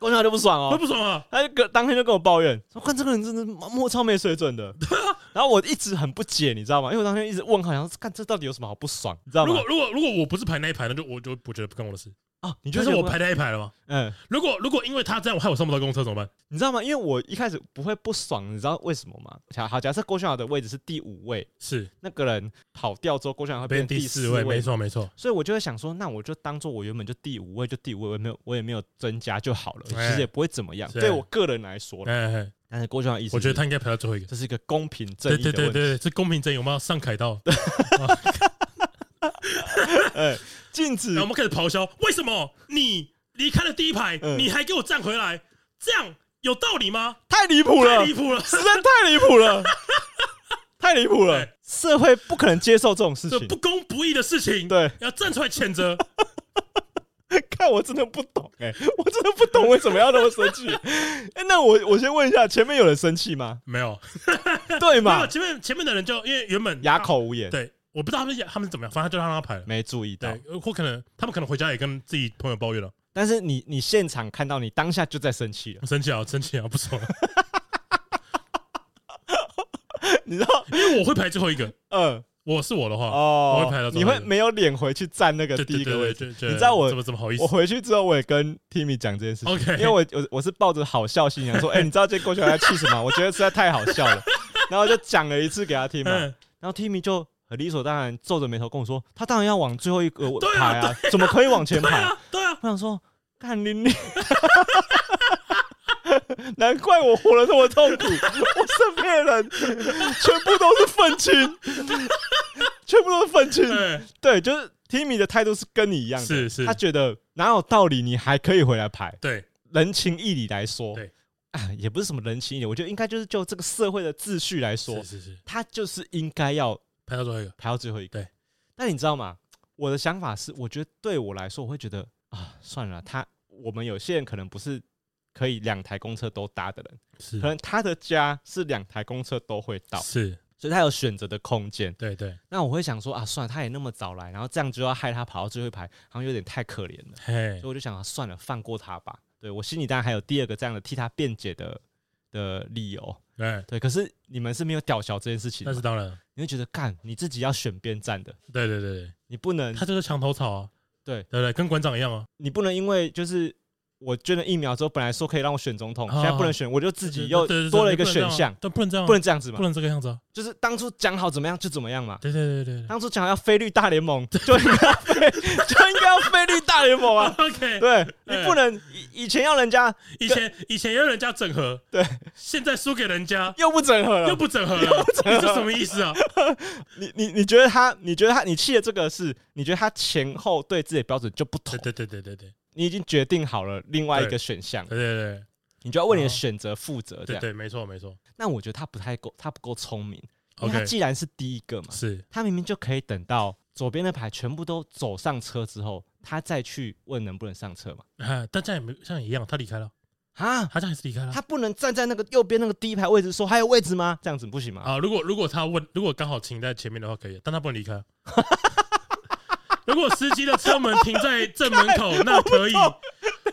Speaker 2: 公厕就不爽
Speaker 1: 会
Speaker 2: 哦，
Speaker 1: 不爽啊？
Speaker 2: 他就跟当天就跟我 抱怨，说看这个人真的妈莫超没水准的。
Speaker 1: 啊
Speaker 2: 然后我一直很不解，你知道吗？因为我当天一直问号，然后看这到底有什么好不爽，你知道
Speaker 1: 如
Speaker 2: 吗
Speaker 1: 果？如果如果我不是排那一排，那就我就不觉得不干我的事。
Speaker 2: 啊，
Speaker 1: 你
Speaker 2: 你就
Speaker 1: 觉得
Speaker 2: 是
Speaker 1: 我排那一排了吗？
Speaker 2: 嗯，
Speaker 1: 如果如果因为他这样，我害我上不到公车怎么办？
Speaker 2: 你知道吗？因为我一开始不会不爽，你知道为什么吗？假好，假设郭轩豪的位置是第五位，
Speaker 1: 是
Speaker 2: 那个人跑掉之后，郭轩豪会
Speaker 1: 变
Speaker 2: 变
Speaker 1: 第
Speaker 2: 四
Speaker 1: 四位，没
Speaker 2: 嘛
Speaker 1: 错没错。
Speaker 2: 所以我就会想说，那我就当做我原本就第五位，就第五位，我也没有我也没有增加就好了，其
Speaker 1: 哎
Speaker 2: 实也不会怎么样。
Speaker 1: 是
Speaker 2: 对我个人来说
Speaker 1: 哎
Speaker 2: 啦，
Speaker 1: 哎，哎
Speaker 2: 但是郭轩豪的意思是，
Speaker 1: 我觉得他应该排到最后一个。
Speaker 2: 这是一个公平正
Speaker 1: 对
Speaker 2: 义的
Speaker 1: 对
Speaker 2: 问题。
Speaker 1: 对对，对这公平正义，我们要上凯 道，
Speaker 2: 哎，禁止
Speaker 1: 然后我们开始咆哮，为什么你离开了第一排，
Speaker 2: 嗯
Speaker 1: 你还给我站回来？这样有道理吗？
Speaker 2: 太离谱
Speaker 1: 太
Speaker 2: 了，
Speaker 1: 离谱 了，
Speaker 2: 实在太离谱 了，太离谱了
Speaker 1: 哎，
Speaker 2: 社会不可能接受这种事
Speaker 1: 这
Speaker 2: 情
Speaker 1: 不。公不义的事情，
Speaker 2: 对，
Speaker 1: 要站出来谴 责。
Speaker 2: 看我真的不懂，哎，我真的不懂为什么要那么生气。哎，那我我先问一下，前面有人生 气吗？
Speaker 1: 没有，
Speaker 2: 对
Speaker 1: 没有，
Speaker 2: 嘛？
Speaker 1: 前面前面的人就因为原本
Speaker 2: 哑，口无言，
Speaker 1: 对，我不知道他们他们是怎么样，反正他就让他排了。
Speaker 2: 没注意到
Speaker 1: 对。，或可能他们可能回家也跟自己朋友抱怨了，
Speaker 2: 但是你你现场看到，你当下就在生气 了，
Speaker 1: 生气啊，生气啊，不 爽啊，
Speaker 2: 你知道？
Speaker 1: 因为我会排最后一个，
Speaker 2: 嗯，
Speaker 1: 我是我的话，
Speaker 2: 哦，
Speaker 1: 我会排到最
Speaker 2: 你
Speaker 1: 后
Speaker 2: 会
Speaker 1: 一个
Speaker 2: 没有脸回去站那个
Speaker 1: 对
Speaker 2: 第一
Speaker 1: 对
Speaker 2: 个位
Speaker 1: 对
Speaker 2: 置。
Speaker 1: 对对，
Speaker 2: 你知道我
Speaker 1: 怎么怎么好意思
Speaker 2: 我回去之后，我也跟 Timmy 讲这件事情。
Speaker 1: ？OK，
Speaker 2: 因为我我我是抱着好笑 心想说，哎、你知道这郭晓在气什么？我觉得实在太好笑了，然后就讲了一次给他听嘛，
Speaker 1: 嗯，
Speaker 2: 然后 Timmy 就很理所当然皱着眉头跟我说，他当然要往最后一个
Speaker 1: 对啊
Speaker 2: 排啊，怎么可以往前
Speaker 1: 对
Speaker 2: 排？
Speaker 1: 啊对啊，
Speaker 2: 我想说，干你你， 难怪我活得那么痛苦，我身边的人全部都是愤青， 全部都是愤青，
Speaker 1: 对，
Speaker 2: 对，就是 Timmy 的态度是跟你一样的，
Speaker 1: 是是
Speaker 2: 他觉得哪有道理你还可以回来排。
Speaker 1: 对，
Speaker 2: 人情义理来说，
Speaker 1: 对
Speaker 2: 啊，也不是什么人情义理，我觉得应该就是就这个社会的秩序来说
Speaker 1: 是，是是，
Speaker 2: 他就是应该要
Speaker 1: 排到最后一个，
Speaker 2: 排到最后一个。
Speaker 1: 对，
Speaker 2: 但你知道吗？我的想法是，我觉得对我来说，我会觉得啊，算了啦，他我们有些人可能不是可以两台公车都搭的人，
Speaker 1: 是
Speaker 2: 可能他的家是两台公车都会到，
Speaker 1: 是，
Speaker 2: 所以他有选择的空间。
Speaker 1: 对对，
Speaker 2: 那我会想说啊，算了，他也那么早来，然后这样就要害他跑到最后一排，好像有点太可怜了。
Speaker 1: 嘿
Speaker 2: 所以，我就想、啊、算了，放过他吧。对我心里当然还有第二个这样的替他辩解的的理由。
Speaker 1: 哎，
Speaker 2: 对，可是你们是没有吊销这件事情
Speaker 1: 那
Speaker 2: 的
Speaker 1: 是
Speaker 2: 嘛，
Speaker 1: 当然，
Speaker 2: 你会觉得干你自己要选边站的，
Speaker 1: 对对对对，
Speaker 2: 你不能
Speaker 1: 他就是墙头草啊，
Speaker 2: 嗯对
Speaker 1: 对不对？跟馆长一样啊，
Speaker 2: 你不能因为就是我捐了疫苗之后，本来说可以让我选总统，
Speaker 1: 啊
Speaker 2: 现在不能选，我就自己又
Speaker 1: 对对对
Speaker 2: 多了一
Speaker 1: 对
Speaker 2: 个
Speaker 1: 不能这样
Speaker 2: 选
Speaker 1: 啊
Speaker 2: 项，
Speaker 1: 对，不能这样啊，
Speaker 2: 不能这样子嘛
Speaker 1: 不，能这个样子啊，
Speaker 2: 就是当初讲好怎么样就怎么样嘛。
Speaker 1: 对对对对对
Speaker 2: 当初讲好要菲律大联盟，就应该要菲 就应该要菲律大联盟啊。
Speaker 1: ，OK，
Speaker 2: 对
Speaker 1: 哎
Speaker 2: 你不能以以前要人家
Speaker 1: 以前以前也有人家整合，
Speaker 2: 对，嗯
Speaker 1: 现在输给人家。
Speaker 2: 又不整合了，
Speaker 1: 又不整合了，你这什么意思啊？
Speaker 2: 你你你觉得他？你觉得他？你气的这个是，你觉得他前后对自己的标准就不同
Speaker 1: 对。对对对对对
Speaker 2: 你已经决定好了另外一个选项
Speaker 1: 对，对
Speaker 2: 你就要为你
Speaker 1: 哦
Speaker 2: 的选择负责。
Speaker 1: 对
Speaker 2: 这
Speaker 1: 对
Speaker 2: 样，
Speaker 1: 对，没错没错。
Speaker 2: 那我觉得他不太够，他不够聪明。因为他
Speaker 1: OK，
Speaker 2: 既然是第一个嘛，
Speaker 1: 是
Speaker 2: 他明明就可以等到左边的牌全部都走上车之后，他再去问能不能上车嘛。
Speaker 1: 啊， 但这样也没这样也一样，他离开了，
Speaker 2: 啊，
Speaker 1: 他这样也是离开了
Speaker 2: 他不能站在那个右边那个第一排位置说还有位置吗？这样子不行吗？
Speaker 1: 啊。如果如果他问，如果刚好停在前面的话，可以，啊但他不能离 开。如果司机的车门停在正门 口，那可以。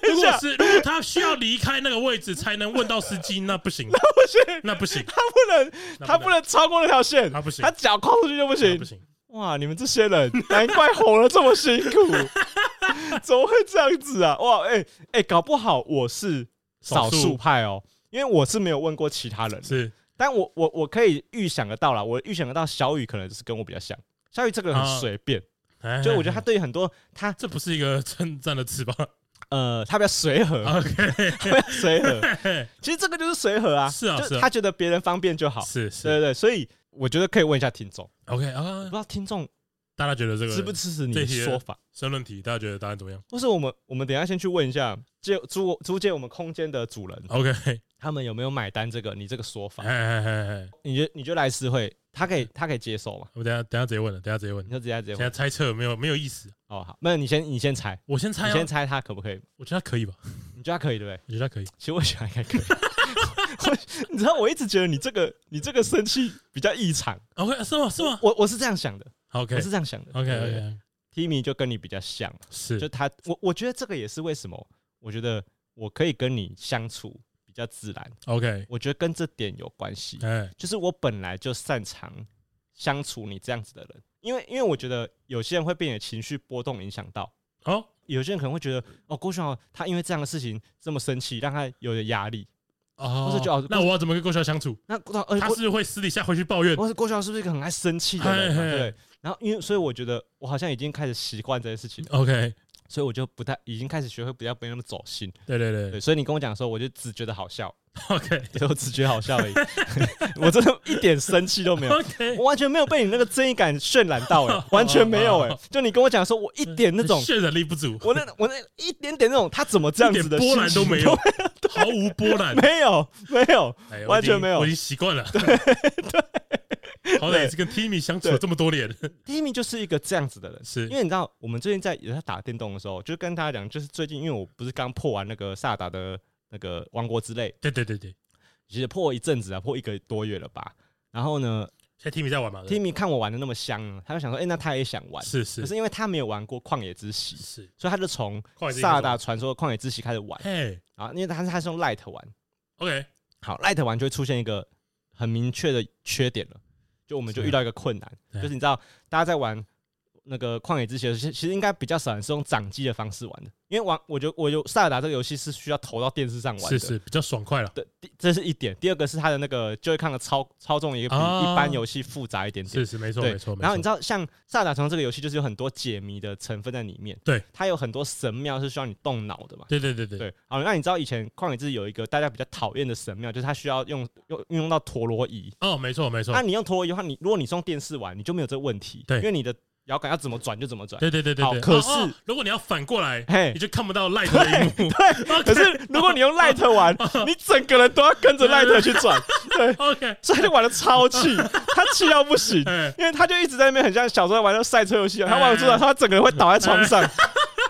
Speaker 1: 如果是如果他需要离开那个位置才能问到司 机，那不行，
Speaker 2: 不行，
Speaker 1: 那不行，
Speaker 2: 他不
Speaker 1: 那不
Speaker 2: 能，他不能超过那条线，
Speaker 1: 他不行
Speaker 2: 他脚跨出去就不
Speaker 1: 那
Speaker 2: 行
Speaker 1: 不。行。
Speaker 2: 哇，你们这些人，难怪红了这么辛苦， 怎么会这样子啊？哇，哎、哎、搞不好我是少
Speaker 1: 少数
Speaker 2: 数派哦，因为我是没有问过其他人，
Speaker 1: 是
Speaker 2: 但我我我可以预想得到啦，我预想得到小雨可能就是跟我比较像，小雨这个人很
Speaker 1: 啊
Speaker 2: 随便，
Speaker 1: 哎
Speaker 2: 就我觉得他对于很多他
Speaker 1: 这不是一个称赞的词吧
Speaker 2: 呃他比较随
Speaker 1: 啊
Speaker 2: 和，
Speaker 1: ？OK，
Speaker 2: 他比较随和，
Speaker 1: 嘿
Speaker 2: 其实这个就是随和啊，
Speaker 1: 是啊
Speaker 2: 就是
Speaker 1: 啊
Speaker 2: 他觉得 别人方便就好，呃
Speaker 1: 是
Speaker 2: 对
Speaker 1: 是
Speaker 2: 对对，所以我觉得可以问一下听众，
Speaker 1: OK
Speaker 2: 不
Speaker 1: 啊
Speaker 2: 知，道听众
Speaker 1: 大家觉得这
Speaker 2: 支不
Speaker 1: 个
Speaker 2: 支持你
Speaker 1: 这
Speaker 2: 的
Speaker 1: 些
Speaker 2: 说法？
Speaker 1: 申论题，大家觉得答案怎么样
Speaker 2: 或是我们我们等一下先去问一下借租租借我们空间的主人，
Speaker 1: ？OK，嘿哎
Speaker 2: 他们有没有买单这个你这个说法？
Speaker 1: 嘿嘿嘿，
Speaker 2: 你就你就来私会，他可以他可以接受嘛？
Speaker 1: 我等一下等一下直接问了，等一下直接问
Speaker 2: 你，就直接直接
Speaker 1: 现
Speaker 2: 问
Speaker 1: 在猜测没有没有意思，
Speaker 2: 哦好，那你先你先猜，
Speaker 1: 我先猜
Speaker 2: 你
Speaker 1: 啊
Speaker 2: 先，猜他可不可以？
Speaker 1: 我觉得他可以吧，
Speaker 2: 你觉得他可以对不对？
Speaker 1: 我觉得他可以，
Speaker 2: 其实我觉得他应该可以。 我你知道我一直觉得你这个你这个生气比较异常，
Speaker 1: OK，是吗？是吗
Speaker 2: 我我啊是这样想的，
Speaker 1: ？OK
Speaker 2: 我是这样想的。
Speaker 1: OK OK，
Speaker 2: Timmy 就跟你比较像嘛，就是他我我觉得这个也是为什么我觉得我可以跟你相处比较自然，
Speaker 1: OK，
Speaker 2: 我觉得跟这点有关系。
Speaker 1: 哎，
Speaker 2: 就是我本来就擅长相处你这样子的人，因为因为我觉得有些人会被你的情绪波动影响到，
Speaker 1: 哦，
Speaker 2: 有些人可能会觉得哦，郭轩豪他因为这样的事情这么生气，让他有点压力。
Speaker 1: 哦
Speaker 2: 不是就哦
Speaker 1: 那我要怎么跟郭晓相处？
Speaker 2: 那郭呃
Speaker 1: 他
Speaker 2: 郭
Speaker 1: 是会私底下回去抱怨，
Speaker 2: 我是郭轩豪是不是一个很爱生气的人嘛？啊
Speaker 1: 嘿嘿
Speaker 2: 对。然后因为所以我觉得我好像已经开始习惯这些事情，
Speaker 1: OK，
Speaker 2: 所以我就不太已经开始学会不要被那么走心。
Speaker 1: 对对对
Speaker 2: 对，所以你跟我讲的时候，我就只觉得好笑，
Speaker 1: ，OK
Speaker 2: 对我只觉得好笑而已， 我真的一点生气都没有。
Speaker 1: OK，
Speaker 2: 我完全没有被你那个正义感渲染到、 欸，完全没
Speaker 1: 哦
Speaker 2: 有、欸，就你跟我讲说，我一点那种，
Speaker 1: 渲染力不足，
Speaker 2: 我那我那一点点那种，他怎么这样
Speaker 1: 一
Speaker 2: 子
Speaker 1: 点
Speaker 2: 的
Speaker 1: 波
Speaker 2: 心
Speaker 1: 澜都
Speaker 2: 情
Speaker 1: 没 有，毫无波澜，
Speaker 2: 没有，没有，
Speaker 1: 哎我已
Speaker 2: 完全
Speaker 1: 经
Speaker 2: 没有
Speaker 1: 我已经习惯了。好歹也是跟 Timmy 相处了
Speaker 2: 对
Speaker 1: 这么多年，
Speaker 2: 第一名就是一个这样子的人。
Speaker 1: 是
Speaker 2: 因为你知道，我们最近在也在打电动的时候，就跟大家讲，就是最近因为我不是刚破完那个萨达的那个王国之泪，
Speaker 1: 对对对对，
Speaker 2: 其实破一阵子啊，破一个多月了吧。然后呢
Speaker 1: 现在 Timmy 在玩嘛？对
Speaker 2: t i m 看我玩的那么香，他就想说，哎、那他也想玩，
Speaker 1: 是
Speaker 2: 可
Speaker 1: 是
Speaker 2: 是因为他没有玩过旷野之息，
Speaker 1: 是，
Speaker 2: 所以他就从
Speaker 1: 旷野之息
Speaker 2: 萨达传说的旷野之息开始玩。
Speaker 1: 嘿
Speaker 2: 啊，因为它是它是用 Light 玩，
Speaker 1: ，OK，
Speaker 2: 好 Light 玩就会出现一个很明确的缺点了，就我们就是遇到一个困难，
Speaker 1: 对
Speaker 2: 就是你知道大家在玩那个旷野之息的时候，其其实应该比较少人是用掌机的方式玩的，因为玩我觉得我有塞尔达这个游戏是需要投到电视上玩
Speaker 1: 是
Speaker 2: 的，
Speaker 1: 是比较爽快了，
Speaker 2: 对，第这是一点。第二个是它的那个就会看的操操纵也比
Speaker 1: 啊
Speaker 2: 一般游戏复杂一点
Speaker 1: 是
Speaker 2: 点。
Speaker 1: 是没错
Speaker 2: 对
Speaker 1: 没错，没
Speaker 2: 然后你
Speaker 1: 错
Speaker 2: 知道，像《萨尔达传说》这个游戏，就是有很多解谜的成分在里面。
Speaker 1: 对，
Speaker 2: 它有很多神庙是需要你动脑的嘛。
Speaker 1: 对对对对，
Speaker 2: 对，好，那你知道以前旷野之息有一个大家比较讨厌的神庙，就是它需要用用运用到陀螺仪。
Speaker 1: 哦，没错没错
Speaker 2: 那、，你用陀螺仪的话，你如果你是用电视玩，你就没有这个问题，
Speaker 1: 对
Speaker 2: 因为你的摇杆要怎么转就怎么转。
Speaker 1: 对对对对
Speaker 2: 好
Speaker 1: 对。
Speaker 2: 可
Speaker 1: 哦
Speaker 2: 是
Speaker 1: 哦如果你要反过来，
Speaker 2: 嘿
Speaker 1: 你，就看不到 Light 的荧幕。
Speaker 2: 对。可是如果你用 Light 玩，你整个人都要跟着 Light 去 转，对，
Speaker 1: OK，
Speaker 2: 所以他就玩的超气，他气到不行，
Speaker 1: 哎，
Speaker 2: 因为他就一直在那边很像小时候玩的赛车游戏啊一样，他玩出来，他整个人会倒在床上，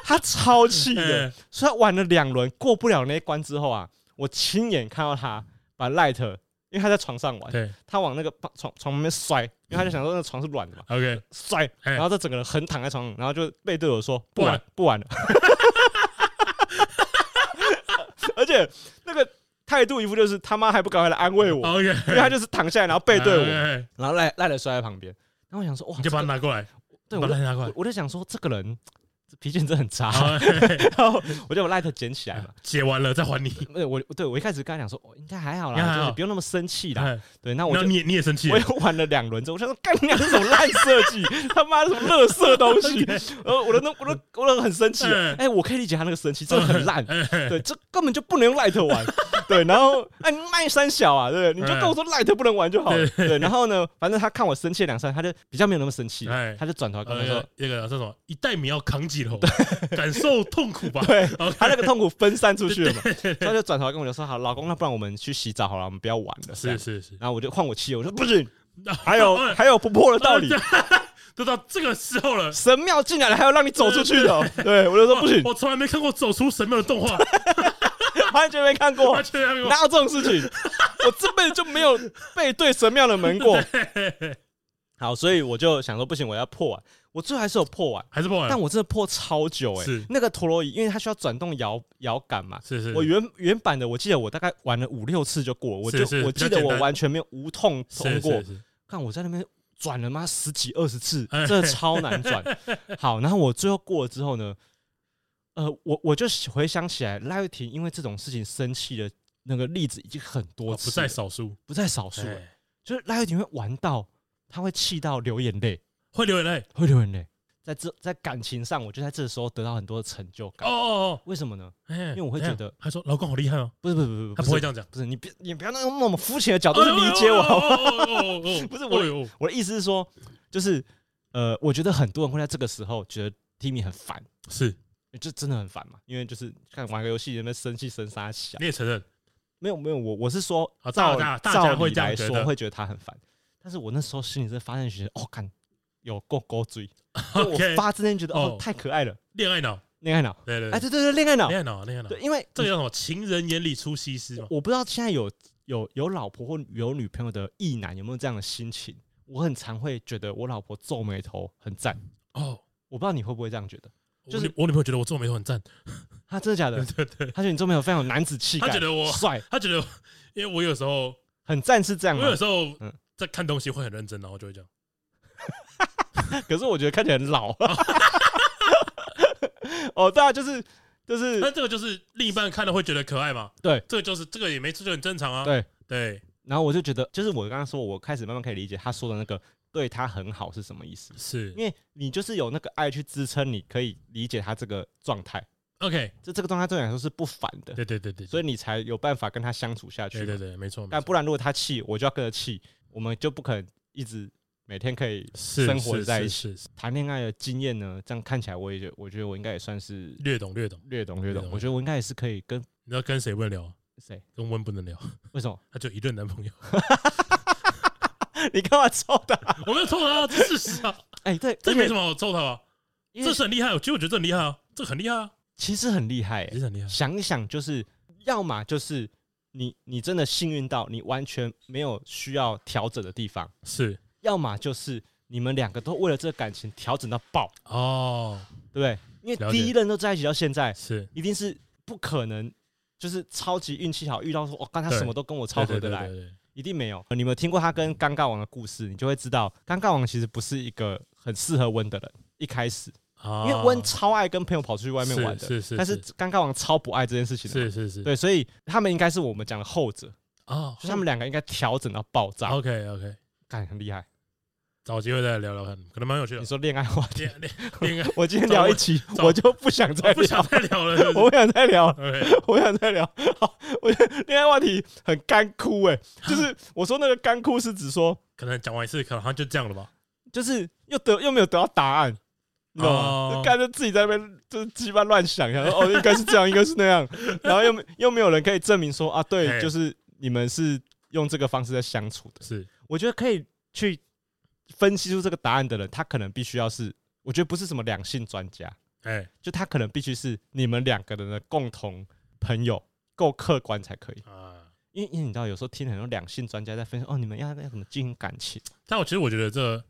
Speaker 2: 他超气的。
Speaker 1: 哎
Speaker 2: 所以他玩了两轮过不了那一关之后啊，我亲眼看到他把 Light，因为他在床上玩，
Speaker 1: 哎对
Speaker 2: 他往那个床床旁边摔，因为他就想说那个床是软的嘛，
Speaker 1: ，OK，
Speaker 2: 摔，
Speaker 1: 哎
Speaker 2: 然后他整个人横躺在床上，然后就被队友说不
Speaker 1: 不玩
Speaker 2: 玩不玩了， 而且那个态度一副就是他妈还不赶快来安慰我，
Speaker 1: OK，
Speaker 2: 因为他就是躺下来然后背对我，
Speaker 1: 哦哎
Speaker 2: 然后赖赖的摔在旁边，然后我想说哇，
Speaker 1: 你就把它
Speaker 2: 这个
Speaker 1: 拿过来，
Speaker 2: 对
Speaker 1: 把哦
Speaker 2: 我啊
Speaker 1: 它
Speaker 2: 就
Speaker 1: 拿过来
Speaker 2: 我。我就想说这个人这脾气真的很差，
Speaker 1: 好，嘿嘿
Speaker 2: 然后我就把 Light 捡起来嘛。
Speaker 1: 解完了再还你。
Speaker 2: 对，呃我对我一开始跟他讲说，哦，应该还好
Speaker 1: 应该还
Speaker 2: 啦，就
Speaker 1: 好
Speaker 2: 是不用那么生气啦。
Speaker 1: 哎
Speaker 2: 对，那我
Speaker 1: 那
Speaker 2: 就
Speaker 1: 你也你也生气
Speaker 2: 我
Speaker 1: 了
Speaker 2: 又玩了两轮之后，我想说，干你娘这种烂设计， 他妈的什么垃圾 东西！呃，我的那我都我都很生气了
Speaker 1: 嗯。
Speaker 2: 哎，我可以理解他那个生气，真的很烂。
Speaker 1: 哎哎
Speaker 2: 对，这根本就不能用 Light 玩。对，然后哎，你卖三小啊，对，你
Speaker 1: 嗯
Speaker 2: 就跟我说 Light 不能玩就好了。对，然后呢，反正他看我生气了两三，他就比较没有那么生气
Speaker 1: 哎，
Speaker 2: 他就转头跟我
Speaker 1: 呃，
Speaker 2: 说。
Speaker 1: 那个叫什么？一代米要扛几头，感受痛苦吧。
Speaker 2: 对
Speaker 1: OK
Speaker 2: 他那个痛苦分散出去了嘛，他就转头跟我讲说：“好，老公，那不然我们去洗澡好了，我们不要玩了。”这
Speaker 1: 是
Speaker 2: 样
Speaker 1: 是是，
Speaker 2: 然后我就换我妻，我说不行，还
Speaker 1: 还
Speaker 2: 有还有不破的 道理，
Speaker 1: 都到这个时候了，
Speaker 2: 神庙进来了还要让你走出去的哦，对我就说不行，
Speaker 1: 我从来没看过走出神庙的动画，
Speaker 2: 完全没看过
Speaker 1: 完，全没有。
Speaker 2: 哪有这种事情？我这辈子就没有背对神庙的门 过。好，所以我就想说不行，我要破完，我最后还是有破完，
Speaker 1: 还是不玩
Speaker 2: 但。我真的破超久哎、
Speaker 1: 嗯是
Speaker 2: 那个陀螺仪，因为它需要转动摇摇杆嘛。
Speaker 1: 是是，
Speaker 2: 我原原版的，我记得我大概玩了五六次就过，我就是
Speaker 1: 是
Speaker 2: 我
Speaker 1: 比较
Speaker 2: 记得
Speaker 1: 简
Speaker 2: 我
Speaker 1: 单
Speaker 2: 完全没有无痛通
Speaker 1: 是
Speaker 2: 过
Speaker 1: 是，是
Speaker 2: 看我在那边转了妈十几二十次，
Speaker 1: 哎
Speaker 2: 真的超难转。好，然后我最后过了之后呢，呃，我我就回想起来，赖玉婷因为这种事情生气的那个例子已经很多
Speaker 1: 哦
Speaker 2: 次
Speaker 1: 不
Speaker 2: 了、
Speaker 1: 在少数，
Speaker 2: 不在少数了，
Speaker 1: 哎
Speaker 2: 就是赖玉婷会玩到她会气到流眼泪，
Speaker 1: 会流眼泪。
Speaker 2: 会流眼泪。在这在感情上，我就在这时候得到很多的成就
Speaker 1: 哦
Speaker 2: 感。
Speaker 1: 哦
Speaker 2: 为什么呢？
Speaker 1: 哦，因
Speaker 2: 因为我会觉得
Speaker 1: 他说老公好厉害哦，
Speaker 2: 不是不是不是，
Speaker 1: 他
Speaker 2: 是
Speaker 1: 不会这样讲，
Speaker 2: 不是你别你不要那种那么肤浅的角度去理解我，好吗？
Speaker 1: 我
Speaker 2: 不是我
Speaker 1: 有
Speaker 2: 我的意思是说，就是呃，我觉得很多人会在这个时候觉得 Timmy 很烦，
Speaker 1: 是
Speaker 2: 就真的很烦嘛，因为就是看玩个游戏，人们生气生杀小
Speaker 1: 你，也承认
Speaker 2: 没有没有，我我是说
Speaker 1: 啊
Speaker 2: 照
Speaker 1: 大家大
Speaker 2: 照
Speaker 1: 家会
Speaker 2: 理
Speaker 1: 这样
Speaker 2: 来
Speaker 1: 觉
Speaker 2: 说
Speaker 1: 得
Speaker 2: 会觉得他很烦，但是我那时候心里是发现觉得哦，看有够够 追，就我
Speaker 1: OK
Speaker 2: 发自内心觉得哦
Speaker 1: 哦
Speaker 2: 太可爱了，
Speaker 1: 恋爱脑，
Speaker 2: 恋爱脑，
Speaker 1: 对对
Speaker 2: 哎
Speaker 1: 对
Speaker 2: 对对对，恋爱脑，
Speaker 1: 恋爱脑，恋爱脑
Speaker 2: 对，，因为
Speaker 1: 这个叫什么？情人眼里出西施嘛。
Speaker 2: 我不知道现在有有有老婆或有女朋友的异男有没有这样的心情，我很常会觉得我老婆皱眉头很赞，
Speaker 1: 哦，
Speaker 2: 我不知道你会不会这样觉 得，就
Speaker 1: 就是是我女朋友觉得我皱眉头很赞，
Speaker 2: 他真的假的
Speaker 1: 对？对对，
Speaker 2: 他觉得你皱眉头非常有男子气概，
Speaker 1: 她觉得我
Speaker 2: 帅，
Speaker 1: 她觉得，因为我有时候，
Speaker 2: 很赞是这样
Speaker 1: 我
Speaker 2: 吗？
Speaker 1: 有时候
Speaker 2: 嗯
Speaker 1: 在看东西会很认真，然后就会这样。
Speaker 2: 可是我觉得看起来很老。 哦，对啊，就是就是
Speaker 1: 那，这个就是另一半看了会觉得可爱嘛？
Speaker 2: 对，
Speaker 1: 这个就是这个也没这就很正常啊。
Speaker 2: 对
Speaker 1: 对，
Speaker 2: 然后我就觉得，就是我刚刚说，我开始慢慢可以理解他说的那个对他很好是什么意思，
Speaker 1: 是
Speaker 2: 因为你就是有那个爱去支撑，你可以理解他这个状态，
Speaker 1: OK，
Speaker 2: 就这个状态对你来说是不凡的，
Speaker 1: 对对对对，
Speaker 2: 所
Speaker 1: 以
Speaker 2: 以你才有办法跟他相处下去
Speaker 1: 对
Speaker 2: 嘛。
Speaker 1: 对对，没错，没
Speaker 2: 但
Speaker 1: 错
Speaker 2: 不然，如果他气，我就要跟着气，我们就不可能一直每天可以
Speaker 1: 是
Speaker 2: 生活
Speaker 1: 是
Speaker 2: 在一
Speaker 1: 是
Speaker 2: 起。
Speaker 1: 是是
Speaker 2: 谈恋爱的经验呢，这样看起来，我也觉得我觉得我应该也算是
Speaker 1: 略懂略懂。
Speaker 2: 略懂略
Speaker 1: 略
Speaker 2: 懂
Speaker 1: 懂。
Speaker 2: 我觉得我应该也是可以跟
Speaker 1: 你知道跟谁不能聊啊？
Speaker 2: 谁？
Speaker 1: 跟温不能聊，
Speaker 2: 为什么？
Speaker 1: 他就一任男朋友。
Speaker 2: 你干嘛抽的？
Speaker 1: 我没有臭他，这是事实啊，
Speaker 2: 哎，对，
Speaker 1: 这没什
Speaker 2: 么，
Speaker 1: 么好臭他吧？
Speaker 2: 因为
Speaker 1: 这是很厉害，我其实我觉得这很厉害啊，这个很厉害啊，
Speaker 2: 其实很厉害
Speaker 1: 其
Speaker 2: 欸。
Speaker 1: 实很厉害。啊
Speaker 2: 想一想，就是要么就是你你真的幸运到你完全没有需要调整的地方，
Speaker 1: 是
Speaker 2: 要么就是你们两个都为了这个感情调整到爆，
Speaker 1: 哦，
Speaker 2: 对不对？因为
Speaker 1: 了解
Speaker 2: 第一任都在一起到现在，
Speaker 1: 是
Speaker 2: 一定是不可能。就是超级运气好，遇到说，我、哦、刚他
Speaker 1: 对
Speaker 2: 什么都跟我超合
Speaker 1: 对
Speaker 2: 得
Speaker 1: 对
Speaker 2: 来
Speaker 1: 对，对对
Speaker 2: 一定没有。你们听过他跟尴尬王的故事，你就会知道，尴尬王其实不是一个很适合温的人。一开始，
Speaker 1: 啊
Speaker 2: 因为温超爱跟朋友跑出去外面玩的，
Speaker 1: 是是是
Speaker 2: 但是尴尬王超不爱这件事情的嘛，
Speaker 1: 是是是，
Speaker 2: 对，所以他们应该是我们讲的后者，
Speaker 1: 啊，
Speaker 2: 就他们两个应该调整到爆炸，
Speaker 1: OK OK，
Speaker 2: 感很厉害。
Speaker 1: 找机会再聊聊看，可能蛮有趣
Speaker 2: 你
Speaker 1: 的。
Speaker 2: 说恋爱话题，
Speaker 1: 恋恋恋爱，
Speaker 2: 我今天
Speaker 1: 找
Speaker 2: 聊一
Speaker 1: 我
Speaker 2: 期，
Speaker 1: 找
Speaker 2: 我就不想再
Speaker 1: 我不
Speaker 2: 聊
Speaker 1: 想
Speaker 2: 了，
Speaker 1: 再聊了。是不
Speaker 2: 我
Speaker 1: 是
Speaker 2: 不想再聊了。
Speaker 1: OK，
Speaker 2: 我想再聊，好，我觉得恋爱话题很干枯哎、就是我说那个干枯是指说，
Speaker 1: 可能讲完一次，可能好像就这样 了吧。
Speaker 2: 就是又得又没有得到答案，你知道吗？
Speaker 1: 哦
Speaker 2: 就干脆自己在那边就是鸡巴乱想，想说哦 应该是这样，应该是那 样，然后又没又没有人可以证明说啊，对，
Speaker 1: 嘿
Speaker 2: 就是你们是用这个方式在相处的。
Speaker 1: 是
Speaker 2: 我觉得可以去分析出这个答案的人，他可能必须要是，我觉得不是什么两性专家，
Speaker 1: 哎
Speaker 2: 就他可能必须是你们两个人的共同朋友，够客观才可以。
Speaker 1: 啊，
Speaker 2: 因为因为你知道，有时候听很多两性专家在分析，哦，你们要要怎么经营感情？
Speaker 1: 但我其实我觉得这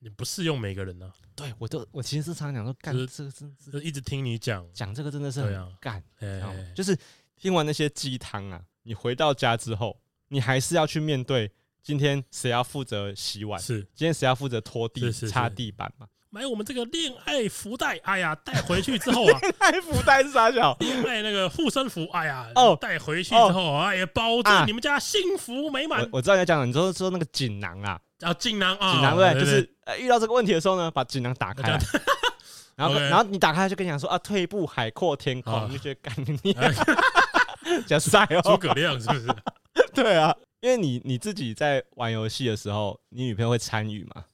Speaker 1: 你不适用每个人呢，
Speaker 2: 对我都我其实是常常讲说，干
Speaker 1: 就是
Speaker 2: 这个真的是
Speaker 1: 就是一直听你讲，
Speaker 2: 讲这个真的是
Speaker 1: 对
Speaker 2: 很
Speaker 1: 啊
Speaker 2: 干，
Speaker 1: 哎
Speaker 2: 你知道吗就是听完那些鸡汤啊，你回到家之后，你还是要去面对今天谁要负责洗碗，
Speaker 1: 是
Speaker 2: 今天谁要负责拖地、
Speaker 1: 是是是
Speaker 2: 擦地板嘛？
Speaker 1: 买我们这个恋爱福袋，哎呀，带回去之 后啊，
Speaker 2: 爱福袋是啥小？
Speaker 1: 恋爱那个护身符，哎呀，
Speaker 2: 哦
Speaker 1: 带回去之后啊，哎呀，保
Speaker 2: 啊
Speaker 1: 证你们家幸福美满
Speaker 2: 我。我知道你在讲，你说说那个锦囊啊，
Speaker 1: 啊，锦囊啊，
Speaker 2: 锦囊对不对，
Speaker 1: 对
Speaker 2: 就是呃遇到这个问题的时 候呢，把锦囊打开来，然后
Speaker 1: OK
Speaker 2: 然后你打开就跟你讲说啊，退一步海阔天
Speaker 1: 啊
Speaker 2: 空，你就觉得 干你 加塞
Speaker 1: 诸
Speaker 2: 哦，
Speaker 1: 葛亮是不 是？
Speaker 2: 对啊，因为你你自己在玩游戏的时候，你女朋友会参与嘛？